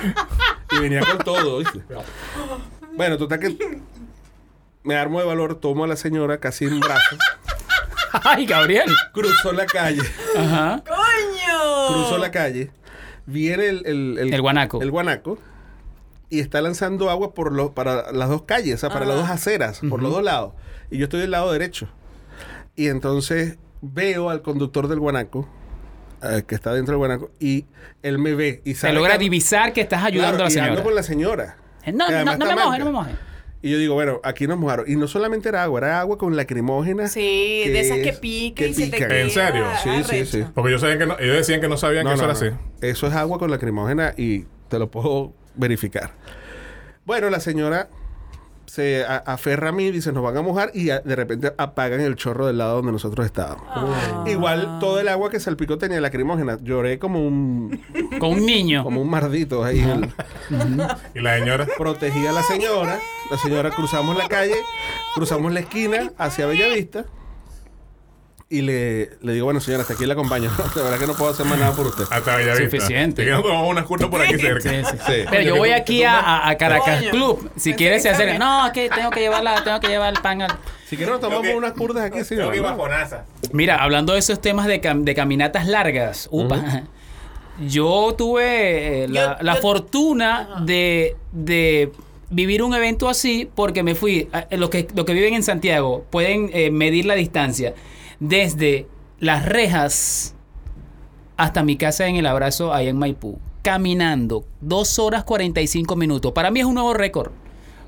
B: Y venía con todo, ¿viste? Bueno, total que me armo de valor, tomo a la señora casi en brazos,
A: Ay, Gabriel.
B: cruzo la calle.
A: Ajá.
C: ¡Coño!
B: cruzó la calle, viene el, el,
A: El guanaco.
B: el guanaco, y está lanzando agua por lo- para las dos calles, o sea, para
C: Ah.
B: las dos aceras, por los dos lados. Y yo estoy del lado derecho. Y entonces veo al conductor del guanaco, eh, que está dentro del guanaco, y él me ve. Y
A: Se
B: sale
A: logra
B: acá-
A: divisar que estás
B: Claro,
A: ayudando a la
B: y ando
A: señora. Eh,
B: con la señora.
A: No,
B: que
A: no,
B: además
A: no me
B: está
A: mojes,
B: manca.
A: no me mojes.
B: Y yo digo, bueno, aquí nos mojaron. Y no solamente era agua, era agua con lacrimógena.
C: Sí, de esas que
B: es-
C: pica y se te
B: pica.
C: queda.
D: ¿En serio?
B: Sí, sí, sí.
C: arrecho.
D: Porque ellos, sabían que no- ellos decían que no sabían
B: No,
D: que eso
B: no,
D: era
B: no.
D: así.
B: Eso es agua con lacrimógena y te lo puedo verificar. Bueno, la señora se a- aferra a mí, dice, nos van a mojar y a- de repente apagan el chorro del lado donde nosotros estábamos. Igual todo el agua que salpicó tenía lacrimógena. Lloré como un,
A: Con un niño.
B: como un mardito ahí.
D: Y la señora.
B: Protegí a la señora. La señora cruzamos la calle, cruzamos la esquina hacia Bellavista. Y le, le digo, bueno señora, hasta aquí la acompaño. De verdad que no puedo hacer más nada por usted.
D: Hasta Bellavista.
A: Suficiente.
D: Te quedan como unas curvas por aquí cerca.
A: Sí, sí.
B: Sí.
A: Pero yo voy aquí a, a- a Caracas
C: Coño.
A: Club. Si
C: Pensé
A: quieres se
C: que
A: hacer.
C: también.
A: No, es que tengo que llevarla, tengo que llevar el pan al.
B: Si quieren nos tomamos
D: Creo que-
B: unas curdas aquí, sí.
D: Creo que
B: ¿no?
D: iba con asa.
A: Mira, hablando de esos temas de, cam- de caminatas largas, upa. Yo tuve eh, la,
C: Yo-
A: la
C: yo-
A: fortuna de, de vivir un evento así porque me fui. a- eh, Los que, los que viven en Santiago pueden eh, medir la distancia desde las rejas hasta mi casa en el abrazo ahí en Maipú. Caminando, 2 horas 45 minutos. Para mí es un nuevo récord.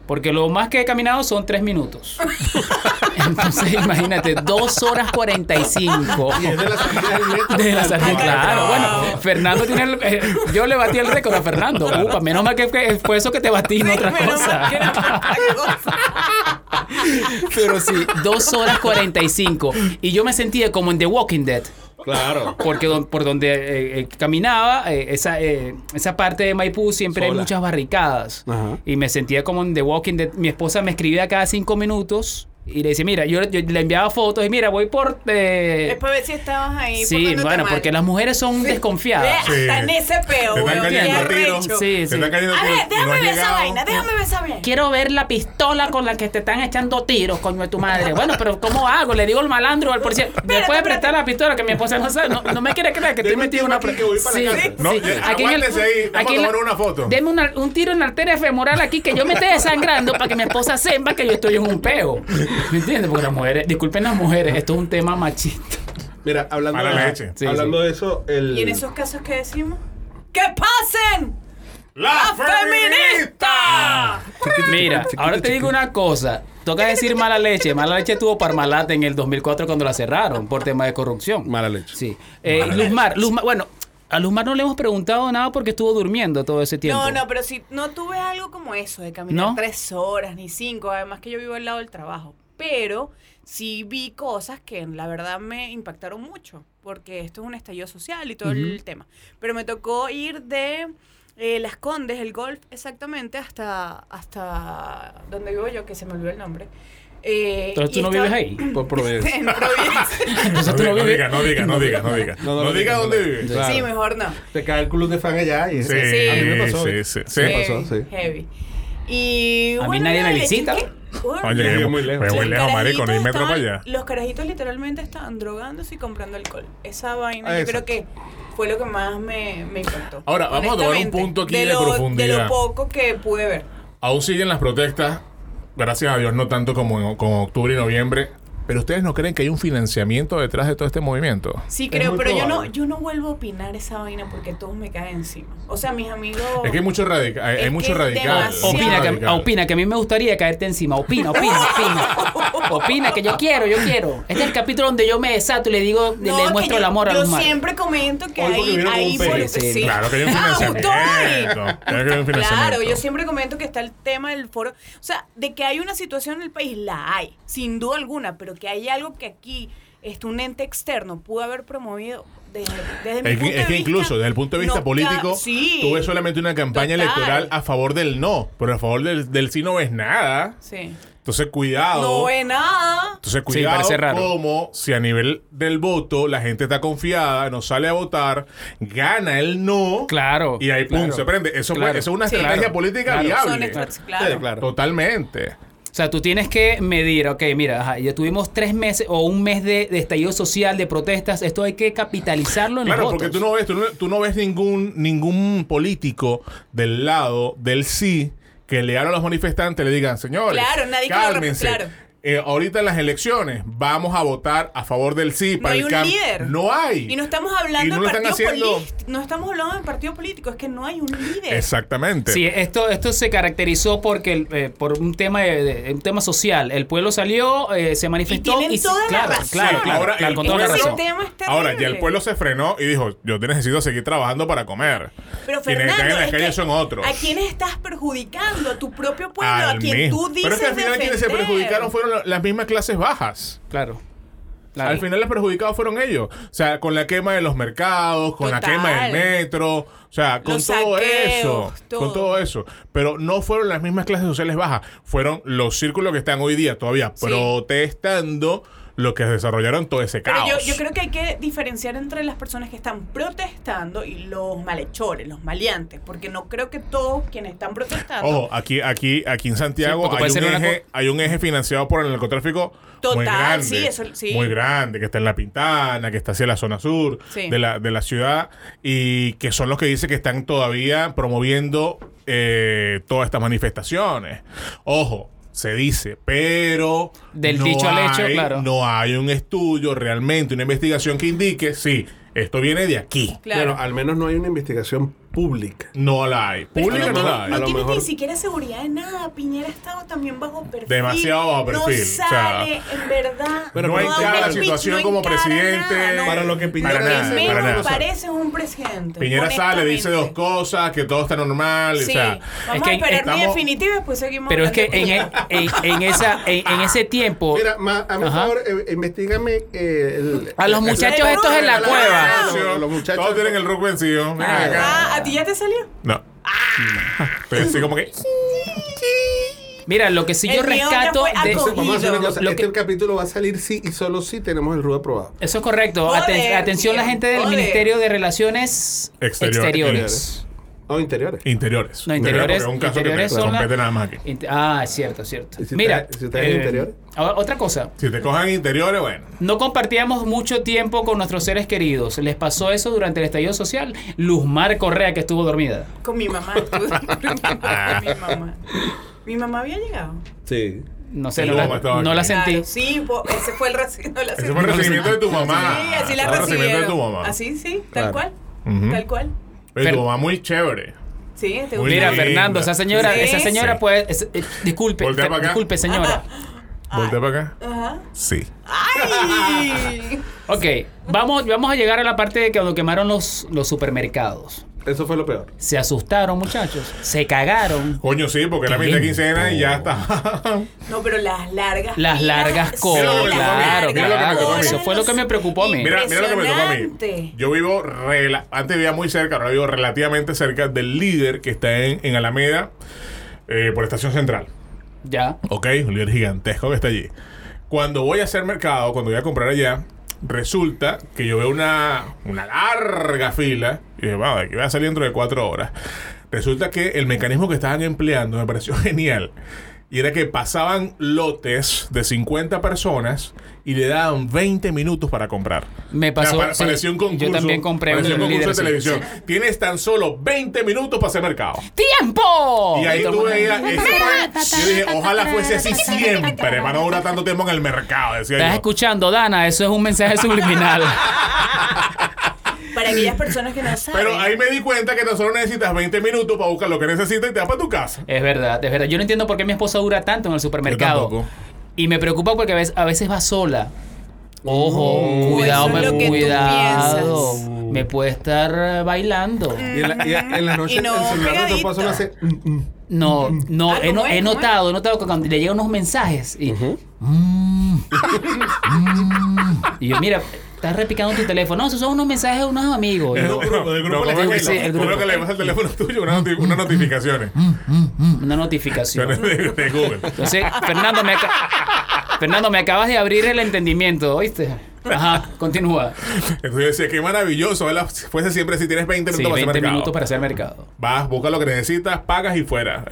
A: Porque lo más que he caminado son 3 minutos. Entonces, imagínate, 2 horas 45.
B: Y es de la salida del metro.
A: De la salida, claro.
C: Wow.
A: Bueno, Fernando tiene. el- eh, yo le batí el récord a Fernando. Upa, menos mal que fue fue eso que te batí, no otra
C: Menos mal que era
A: cosa.
C: otra cosa.
A: Pero sí, 2 horas 45. Y yo me sentía como en The Walking Dead.
B: Claro.
A: Porque don- por donde eh, eh, caminaba, eh, esa, eh, esa parte de Maipú siempre hay
B: Sola.
A: muchas barricadas.
B: Ajá.
A: Y me sentía como en The Walking Dead. Mi esposa me escribía cada cinco minutos y le decía, mira, yo, yo le enviaba fotos y mira, voy por... eh,
C: Es para ver si estabas ahí.
A: sí,
C: portándote
A: bueno,
C: mal.
A: porque las mujeres son desconfiadas.
D: Sí.
C: Ve, Hasta en ese peo,
D: Te
C: weón.
D: están
C: Qué
D: cayendo a tiros.
C: arrecho.
A: Sí,
D: Te
A: sí.
D: están cayendo
C: A
D: tiros
C: ver,
D: y no
C: déjame
D: has
C: ver esa
D: llegado.
C: vaina, déjame ver esa vaina.
A: Quiero ver la pistola con la que te están echando tiros, coño de tu madre. Bueno, pero ¿cómo hago? Le digo al malandro, al policía. ¿Me puede
C: espérate.
A: prestar la pistola que mi esposa no sabe? No, no me quiere creer que estoy
B: Deme
A: metido en una...
B: tiro aquí
A: pre-
B: que voy para la casa.
D: No, eh, aguántese ahí, vamos a
A: en
D: tomar una foto.
A: Deme una- un tiro en la arteria femoral aquí que yo me esté desangrando para que mi esposa sepa que yo estoy en un peo. ¿Me entiendes? Porque las mujeres... Disculpen las mujeres, esto es un tema machista.
B: Mira, hablando,
D: Mala
B: de,
D: leche.
A: Sí,
B: hablando
A: sí.
B: de eso, el.
C: Y en esos casos que decimos, ¡que pasen!
D: ¡La feminista!
C: feminista!
A: Mira, ahora te digo una cosa. Toca decir mala leche. Mala leche tuvo Parmalat en el 2004 cuando la cerraron por tema de corrupción.
B: Mala leche.
A: Sí. Eh, Luzmar, Luzmar, bueno, a Luzmar no le hemos preguntado nada porque estuvo durmiendo todo ese tiempo.
C: No, no, pero si no tuve algo como eso, de caminar
A: ¿No?
C: tres horas ni cinco, además que yo vivo al lado del trabajo. Pero sí vi cosas que la verdad me impactaron mucho, porque esto es un estallido social y todo el tema. Pero me tocó ir de eh, Las Condes, el golf, exactamente, hasta, hasta donde vivo yo, que se me olvidó el nombre. Eh,
A: Entonces tú
C: y
A: no
C: estaba-
A: vives ahí.
B: Por Providencia.
C: En Providencia.
A: Entonces
D: No
A: tú
D: diga, no
A: vives-
D: diga, no diga, no diga, no diga.
B: No, no,
D: No
B: no,
D: diga
B: no,
D: dónde
B: no.
D: vive.
B: Claro.
C: Sí, mejor no.
B: Te cae el club de fan allá y
D: Sí,
C: Sí.
B: a mí me pasó.
D: sí, sí, sí.
B: Me pasó,
C: Heavy,
B: sí.
C: heavy. Y
A: A mí
C: bueno,
A: nadie
C: nada,
A: me
C: le
A: visita.
C: chiqué.
D: Oye,
B: Llegué
D: me
B: muy lejos.
D: Me voy
C: Los
D: lejos, marico, no hay
C: carajitos
D: metro para allá.
C: estaban- Los carajitos literalmente estaban drogándose y comprando alcohol. Esa vaina,
B: Ah,
C: yo creo
B: exacto.
C: que fue lo que más me, me impactó.
D: Ahora, vamos a tomar un
C: Honestamente,
D: punto aquí de
C: lo-
D: profundidad.
C: De lo poco que pude ver.
D: Aún siguen las protestas, gracias a Dios no tanto como en como octubre y noviembre, pero ustedes no creen que hay un financiamiento detrás de todo este movimiento.
C: Sí,
B: Es
C: creo,
B: muy
C: pero yo no,
B: probable.
C: yo no vuelvo a opinar esa vaina porque todos me caen encima. O sea, mis amigos.
D: Es que hay mucho radical, hay,
C: Es
D: hay mucho
C: que
D: radical.
C: demasiado.
A: Ah, Opina que,
D: Radical.
A: opina que a mí me gustaría caerte encima. Opina, opina, opina. Opina que yo quiero, yo quiero. Este es el capítulo donde yo me desato y le digo,
C: No,
A: le
C: que
A: muestro el
C: yo-
A: amor a
C: Yo
A: Luzmar.
C: siempre comento que
B: Hoy porque
C: ahí,
B: vieron
C: ahí
B: un pelo.
A: Sí,
C: sí.
D: Claro que hay un
C: Ah,
D: financiamiento.
C: estoy.
D: Claro que hay un financiamiento.
C: Claro, yo siempre comento que está el tema del foro. O sea, de que hay una situación en el país, la hay, sin duda alguna, pero que hay algo que aquí este, un ente externo pudo haber promovido desde, desde mi
D: Es
C: punto
D: que,
C: de
D: es que
C: vista,
D: incluso desde el punto de vista
C: no ca-
D: político,
C: sí,
D: tuve solamente una campaña
C: Total.
D: electoral a favor del no, pero a favor del, del sí no ves nada.
C: Sí.
D: Entonces, cuidado.
C: No ve nada.
D: Entonces,
A: Sí,
D: cuidado
A: parece raro.
D: como si a nivel del voto la gente está confiada, no sale a votar, gana el no.
A: Claro.
D: Y ahí, pum,
A: claro.
D: se prende. Eso, fue-
A: Claro.
D: eso es una
A: Sí.
D: estrategia
A: Claro.
D: política
A: Claro.
C: Son
D: viable.
C: expertos,
B: Sí,
C: claro.
B: claro.
D: Totalmente.
A: O sea, tú tienes que medir, ok, mira, ajá, ya tuvimos tres meses o un mes de, de estallido social, de protestas, esto hay que capitalizarlo en
D: Claro,
A: los votos.
D: porque tú no ves, tú no, tú no ves ningún, ningún político del lado del sí que le hable a los manifestantes, le digan, señores,
C: Claro, nadie que lo
D: cálmense.
C: repre- claro.
D: Eh, ahorita en las elecciones vamos a votar a favor del sí
C: No
D: para
C: hay
D: el
C: un
D: cam-
C: líder.
D: No hay.
C: Y no estamos
D: Y
C: hablando
D: no lo
C: de
D: están
C: partido
D: haciendo.
C: político. No estamos hablando de partido político, es que no hay un líder.
D: Exactamente.
A: Sí, esto, esto se caracterizó porque el, eh, por un tema de- de- un tema social. El pueblo salió, eh, se manifestó
C: tienen toda la
A: claro,
C: razón.
A: claro, claro,
D: Ahora,
A: claro,
D: el
A: con toda la
D: pueblo-
A: razón.
C: tema está
D: Ahora, ya
C: horrible.
D: el pueblo se frenó y dijo, yo te necesito seguir trabajando para comer.
C: Pero
D: Quienes
C: Fernando,
D: están en las
C: es que
D: calles son otros.
C: ¿a quiénes estás perjudicando? A tu propio pueblo,
D: Al
C: a quien
D: mismo.
C: tú dices
D: Pero es que al final quienes se
C: defender.
D: perjudicaron fueron la- las mismas clases bajas.
A: Claro.
D: Al
A: Claro.
D: final los perjudicados fueron ellos. O sea, con la quema de los mercados, con la
C: Total.
D: quema del metro, o sea, con
C: Los
D: todo
C: saqueos,
D: eso.
C: todo.
D: Con todo eso. Pero no fueron las mismas clases sociales bajas. Fueron los círculos que están hoy día todavía
C: Sí.
D: protestando los que desarrollaron todo ese
C: Pero
D: caos.
C: yo, yo creo que hay que diferenciar entre las personas que están protestando y los malhechores, los maleantes, porque no creo que todos quienes están protestando.
D: Ojo, aquí, aquí, aquí en
A: Sí,
D: Santiago
A: porque
D: hay,
A: puede
D: un
A: ser una
D: eje, hay un eje financiado por el narcotráfico muy
C: Total,
D: grande.
C: sí, eso- sí.
D: Muy grande, que está en La Pintana, que está hacia la zona sur
C: Sí.
D: de, la, de la ciudad y que son los que dicen que están todavía promoviendo eh, todas estas manifestaciones. Ojo. Se dice, pero.
A: Del dicho al hecho,
D: hay-
A: claro.
D: No hay un estudio realmente, una investigación que indique, sí, esto viene de aquí.
C: claro.
B: Bueno, al menos no hay una investigación pública.
D: No la hay. Pública
B: que
D: no
B: no-
D: la
B: a
D: hay.
B: lo
C: No tiene ni
B: mejor-
C: siquiera seguridad de nada. Piñera ha estado también bajo perfil.
D: Demasiado bajo perfil, o
C: No
D: sea,
C: sale, en verdad.
D: Pero no
B: para-
D: encara
B: para-
D: la
B: para-
D: situación
C: no
D: como
C: encara
D: presidente.
C: nada, no.
B: Para lo que Piñera
D: Para nada,
B: dice,
C: Menos
D: para
B: no
D: nada.
C: me parece un presidente.
D: Piñera sale, dice dos
C: honestamente.
D: cosas, que todo está normal.
C: Sí,
D: O sea,
C: vamos
A: es que
C: a esperar mi
D: estamos-
C: definitiva y después seguimos.
A: Pero es que en,
C: hablando.
A: en- en esa, en, en ese tiempo,
B: Mira, ma- a mi
A: Ajá.
B: favor, eh, investigame eh, el-
A: a los
B: el-
A: muchachos
C: el-
A: estos en la
C: el-
A: cueva.
B: Los- los- los muchachos-
D: Todos tienen el rock vencido. Ven acá.
C: Ah, ¿a ti ya te salió?
D: No. Estoy así como que.
A: Mira, lo que sí yo
C: El mío ya
A: rescato
C: fue
A: de
C: acogido.
B: Vamos a hacer una cosa.
A: Lo
B: este
A: que-
B: capítulo va a salir sí y solo sí tenemos el RUE aprobado.
A: Eso es correcto.
C: Joder,
A: Aten- atención la
C: bien,
A: gente del
C: joder.
A: Ministerio de Relaciones
D: Exterior-
A: Exteriores.
B: O interiores.
D: Interiores.
A: No, interiores-
D: Porque Es un caso que
A: interiores
D: te
A: son la-
D: compete nada más aquí.
A: Int- Ah, es cierto, es cierto.
B: ¿Y si
A: Mira,
B: está- si está en interior?
A: ahora, otra cosa.
D: Si te cojan interiores, bueno.
A: No compartíamos mucho tiempo con nuestros seres queridos. ¿Les pasó eso durante el estallido social? Luzmar Correa, que estuvo dormida.
C: Con mi mamá. estuve con mi mamá. Mi mamá había llegado.
B: Sí.
A: No sé,
D: El
A: no
D: Luma
A: la,
D: estaba
A: no la
D: aquí.
A: sentí.
C: Claro, sí, po- ese fue el reci- no la
D: Ese
C: sentí.
D: fue el recibimiento de tu mamá.
C: Sí, así la
D: Fue el recibimiento de tu
C: recibieron.
D: mamá.
C: Así, sí,
B: Claro.
C: tal cual.
D: Ujú.
C: Tal cual.
D: Pero
A: Pero-
D: tu mamá muy chévere.
C: Sí, este
D: Muy
A: Mira,
D: linda.
A: Fernando, esa señora,
C: Sí.
A: esa señora
D: Sí.
A: puede. es- eh, disculpe,
D: Voltea
A: fe-
D: para acá.
A: disculpe, señora.
D: Voltea para acá.
C: Ajá.
D: Sí.
C: ¡Ay!
A: Ok, vamos, vamos a llegar a la parte de que cuando quemaron los, los supermercados.
B: Eso fue lo peor.
A: Se asustaron, muchachos. Se cagaron.
D: Coño, sí, porque era
A: Qué
D: mi de
A: lindo.
D: quincena y ya está.
C: No, pero las largas.
A: Las largas
C: colas,
D: Mira lo que me tocó a mí,
C: largas
D: mira lo que me tocó a mí.
C: colas,
D: Eso
A: fue lo que me preocupó a mí.
D: Mira, mira lo que me tocó a mí.
C: Impresionante.
D: Yo vivo, rela- antes vivía muy cerca, ahora vivo relativamente cerca del líder que está en, en Alameda, eh, por Estación Central.
A: Ya.
D: Ok, un líder gigantesco que está allí. Cuando voy a hacer mercado, cuando voy a comprar allá, resulta que yo veo una, una larga fila. Y dije, "Wow, de aquí voy a salir dentro de cuatro horas. Resulta que el mecanismo que estaban empleando me pareció genial. Y era que pasaban lotes de 50 personas y le daban 20 minutos para comprar.
A: Me pasó,
D: O sea, pa-
A: sí.
D: parecía un
A: Yo
D: concurso.
A: también compré
D: parecía
A: un
D: un concurso de
A: líder, sí.
D: televisión. Tienes tan solo 20 minutos para hacer mercado.
A: ¡Tiempo!
D: Y ahí
A: todo
D: tú
A: el mundo-
D: veías, eso fue- yo dije, ojalá fuese así siempre, para no durar tanto tiempo en el mercado,
A: Estás
D: decía yo.
A: escuchando, Dana, eso es un mensaje subliminal.
C: Para aquellas personas que no saben.
D: Pero ahí me di cuenta que tan solo necesitas 20 minutos para buscar lo que necesitas y te vas para tu casa.
A: es verdad, es verdad. Yo no entiendo por qué mi esposa dura tanto en el supermercado.
D: tampoco.
A: Y me preocupa porque a veces, a veces va sola. Ojo, cuidado,
C: Mm, Eso es lo
A: me
C: que tú
A: cuidado.
C: piensas. Mm.
A: Me puede estar eh, bailando.
B: Y en la, y en la noche
C: Y no,
B: el celular de tu esposo no hace.
C: pegadito.
B: mm, mm.
A: No, no,
C: Ah,
A: he, no-
C: ¿cómo es?
A: he
C: ¿Cómo es?
A: notado, he notado que cuando le llegan unos mensajes y. Mm, mm. y yo, mira, estás repicando tu teléfono. No, esos son unos mensajes de unos amigos. Y yo,
B: grupo, del grupo
D: No,
B: que
D: ¿cómo
A: le-
D: es que-
A: sí, el
D: ¿cómo
A: grupo.
D: es que le vas al teléfono tuyo unas noti- unas notificaciones
A: mm, una notificación.
D: de de Google.
A: Entonces, Fernando, me aca- Fernando, me acabas de abrir el entendimiento, ¿oíste? Ajá, continúa.
D: Entonces yo decía, qué maravilloso, ojalá fuese siempre si tienes 20 minutos
A: Sí,
D: para hacer
A: 20
D: mercado.
A: minutos para hacer mercado.
D: Vas, busca lo que necesitas, pagas y fuera.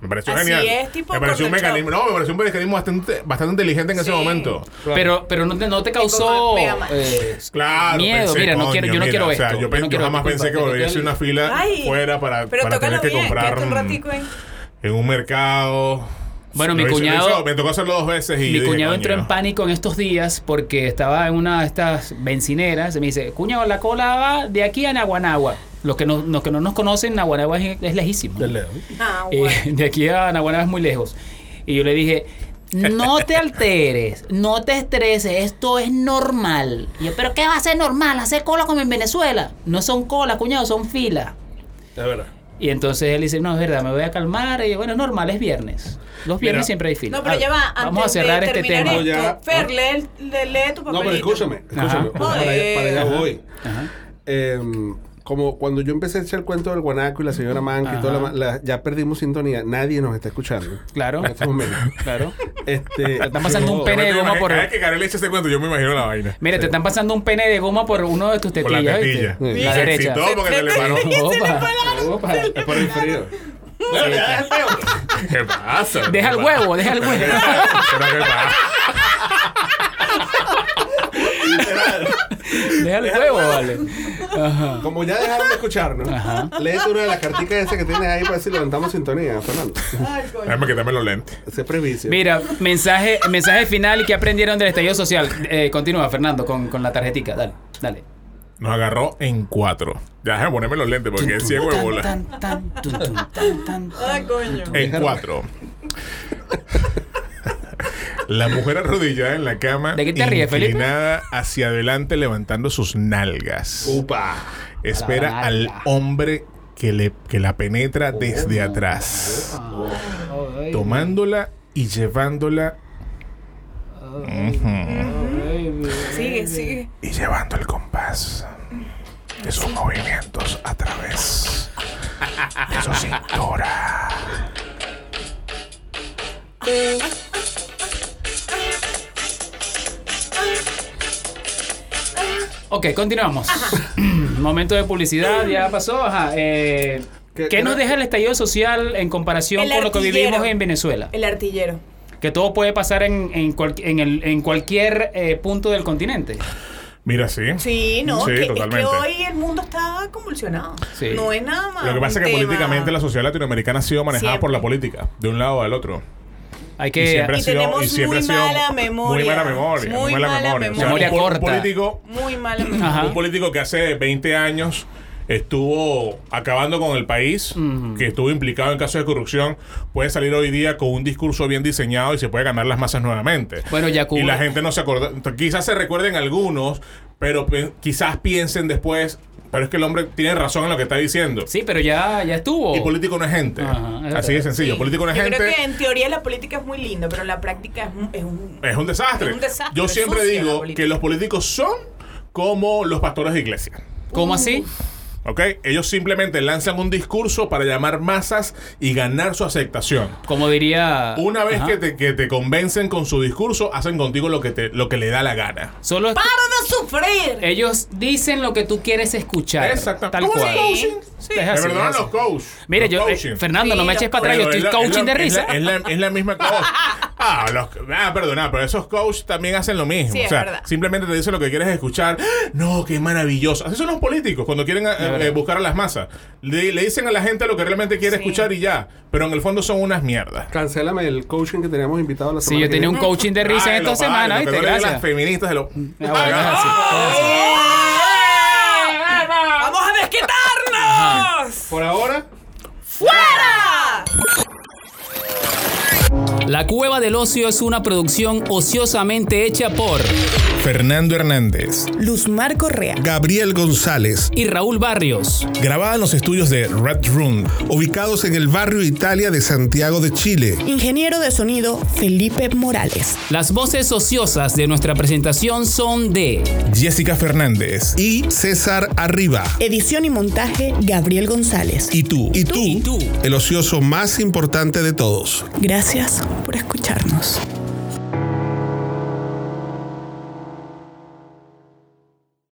D: Me pareció
C: Así
D: genial.
C: es, tipo
D: me pareció un
C: Corner Shop.
D: mecanismo, no, me pareció un mecanismo bastante, bastante inteligente en ese
C: Sí.
D: momento.
A: Pero, pero no, te, no te causó.
C: Pega más.
A: eh,
D: Claro,
A: Miedo, mira, no quiero- yo no quiero
D: o sea,
A: esto,
D: yo,
A: yo
D: pe-
A: no
D: yo
A: quiero- este
D: jamás
A: disculpa,
D: pensé que
A: te- te-
D: volviese
A: te-
D: una fila
C: Ay,
D: fuera para,
C: Pero
D: para
C: tócalo
D: tener que
C: bien,
D: comprar
C: quédate un
D: mm,
C: ratico eh. ahí.
D: en un mercado.
A: Bueno, mi
D: Lo hice- lo
A: cuñado-
D: hizo- me tocó hacerlo dos veces y.
A: Mi
D: dije,
A: cuñado entró
D: "Coño".
A: en pánico en estos días porque estaba en una de estas bencineras. Y me dice, cuñado, la cola va de aquí a Naguanagua. Los que no, los que no nos conocen, Naguanagua es, es lejísimo.
C: Ah,
A: Eh,
C: bueno.
A: de aquí a Naguanagua es muy lejos. Y yo le dije, no te alteres, no te estreses, esto es normal. Y yo, ¿pero qué va a ser normal? ¿Hacer cola como en Venezuela? No son colas, cuñado, son filas.
B: Es verdad.
A: Y entonces él dice, no, es verdad, me voy a calmar. Y yo, bueno, es normal, es viernes. Los viernes
B: Mira.
A: siempre hay fila.
C: No, pero
A: A-
C: ya va. Antes
A: Vamos a cerrar
C: de
A: este
C: terminar
A: tema.
B: No, ya.
C: esto, Fer, lee, el- le- lee tu papelito.
B: No, pero escúchame, escúchame.
A: Ajá.
B: Para, allá- para allá
C: Joder.
B: voy. Em, como cuando yo empecé a echar el cuento del guanaco y la señora Manca y toda la, ma- la- ya perdimos sintonía, nadie nos está escuchando.
A: Claro.
B: En este momento.
A: Claro.
B: Este,
A: Te están pasando
B: yo-
A: un pene de
D: Yo me
A: goma
D: imagino-
A: por.
D: Cada vez que Garel echa ese cuento, yo me imagino la vaina.
A: Mira, te están pasando un pene de goma por uno de tus
D: Por la
A: tetillas.
D: tetilla.
A: ¿viste?
B: Sí.
A: La
D: Se
A: derecha.
D: excitó porque se le paró.
A: Opa, opa.
B: Es por el frío.
D: ¿Qué pasa?
A: Deja el huevo, deja el huevo.
D: Pero ¿qué pasa?
A: Deja el huevo, vale.
B: Como ya dejaron de escucharnos,
A: Ajá.
B: léete una de las carticas esas que tienes ahí para ver si levantamos sintonía, Fernando.
C: Ay, coño.
D: Déjame quitarme los lentes.
B: Ese previcio.
A: Mira, mensaje, mensaje final y que aprendieron del estallido social. Eh, continúa, Fernando, con, con la tarjetica. Dale, dale.
D: Nos agarró en cuatro. Ya, déjame ponerme los lentes porque es ciego de bola.
A: Tan, tan, tun, tun, tan, tan, tan.
C: Ah, coño.
D: En cuatro. La mujer arrodillada en la cama,
A: ¿De qué te ríes, Felipe?
D: inclinada hacia adelante, levantando sus nalgas.
B: Upa.
D: Espera
A: A la
D: al
A: nalga.
D: hombre que, le, que la penetra desde atrás,
A: Ay,
D: tomándola y llevándola
C: Sigue, sigue.
D: y llevando el compás de sus movimientos a través de su cintura.
A: Ok, continuamos. Momento de publicidad, ya pasó. Ajá. eh,
B: ¿Qué-
A: ¿Qué,
B: qué
A: nos
B: no-
A: deja el estallido social en comparación
C: El
A: con lo que
C: artillero.
A: vivimos en Venezuela?
C: El artillero.
A: Que todo puede pasar en, en, cual- en el- en cualquier eh, punto del continente.
D: Mira, sí.
C: Sí, no,
D: Sí,
C: que, es
D: totalmente.
C: que hoy el mundo está convulsionado.
A: Sí.
C: No es nada más.
D: Lo que pasa
C: un
D: es que
C: tema.
D: políticamente la sociedad latinoamericana ha sido manejada
C: Siempre.
D: por la política, de un lado al otro.
A: Hay
D: y
A: que.
D: siempre ha
C: Y
D: sido,
C: tenemos
D: y siempre
C: muy
D: ha sido
C: mala
D: Muy
C: memoria.
D: mala memoria.
C: Muy
D: mala,
C: mala
D: memoria. O sea,
A: memoria. Memoria
D: un, un
A: corta.
D: político,
C: Muy mala.
A: Ajá.
D: un político que hace 20 años estuvo acabando con el país, que estuvo implicado en casos de corrupción, puede salir hoy día con un discurso bien diseñado y se puede ganar las masas nuevamente.
A: Bueno, ya
D: Y
A: Cuba-
D: la gente no se acuerda, quizás se recuerden algunos, pero pe- quizás piensen después, pero es que el hombre tiene razón en lo que está diciendo.
A: Sí, pero ya, ya estuvo.
D: Y político no es gente.
A: Ajá, es
D: Así de sencillo. Político no es
C: Yo
D: gente.
C: creo que en teoría la política es muy linda, pero la práctica es un. Es un
D: Es un desastre.
C: Es un desastre,
D: Yo
C: es
D: siempre
C: sucia la
D: digo
C: política.
D: que los políticos son como los pastores de iglesia.
A: ¿Cómo así?
D: ¿Ok? Ellos simplemente lanzan un discurso para llamar masas y ganar su aceptación.
A: Como diría.
D: Una vez
A: Ajá.
D: que te, que te convencen con su discurso, hacen contigo lo que, te, lo que le da la gana.
A: Solo es-
C: ¡Para de sufrir!
A: ellos dicen lo que tú quieres escuchar.
D: Exactamente.
A: Tal cual.
C: Sí, sí.
A: Es
D: Me
A: así,
D: perdonan
A: es así.
D: los coach.
A: Mira,
D: los
A: yo, eh,
D: coaching.
A: Fernando, no
C: Sí,
A: me eches
C: los
A: para atrás, yo
D: Pero
A: estoy
D: es la- es
A: coaching
D: la-
A: de
D: es
A: risa.
D: la- Es la, es la misma cosa. Ah, los, ah, perdona, pero esos coaches también hacen lo mismo.
C: Sí,
D: o
C: es
D: sea,
C: verdad.
D: simplemente te dicen lo que quieres escuchar. No, qué maravilloso. Así son los políticos cuando quieren eh, eh, buscar a las masas. Le, le dicen a la gente lo que realmente quiere escuchar y ya. Pero en el fondo son unas mierdas.
B: Cancélame el coaching que teníamos invitado la semana
A: Sí, yo
B: que
A: tenía un
B: viene.
A: coaching de risa
D: Ay,
A: en esta
D: los padres,
A: semana,
D: lo que
A: ¿viste?
D: no le digan
A: Gracias.
D: Las feministas de lo.
A: Ah, bueno, es así.
C: Eh, ¡Vamos a desquitarnos!
B: Por ahora,
C: ¡Fuera!
A: La Cueva del Ocio es una producción ociosamente hecha por
D: Fernando Hernández,
C: Luz Marco Real.
D: Gabriel González,
A: y Raúl Barrios.
D: grabada en los estudios de Red Room.
B: ubicados en el barrio Italia de Santiago de Chile.
I: Ingeniero de sonido Felipe Morales.
A: Las voces ociosas de nuestra presentación son de
D: Jessica Fernández.
B: Y César Arriba.
I: Edición y montaje Gabriel González.
B: Y tú. Y tú.
A: Y tú.
B: El ocioso más importante de todos.
I: Gracias por escucharnos.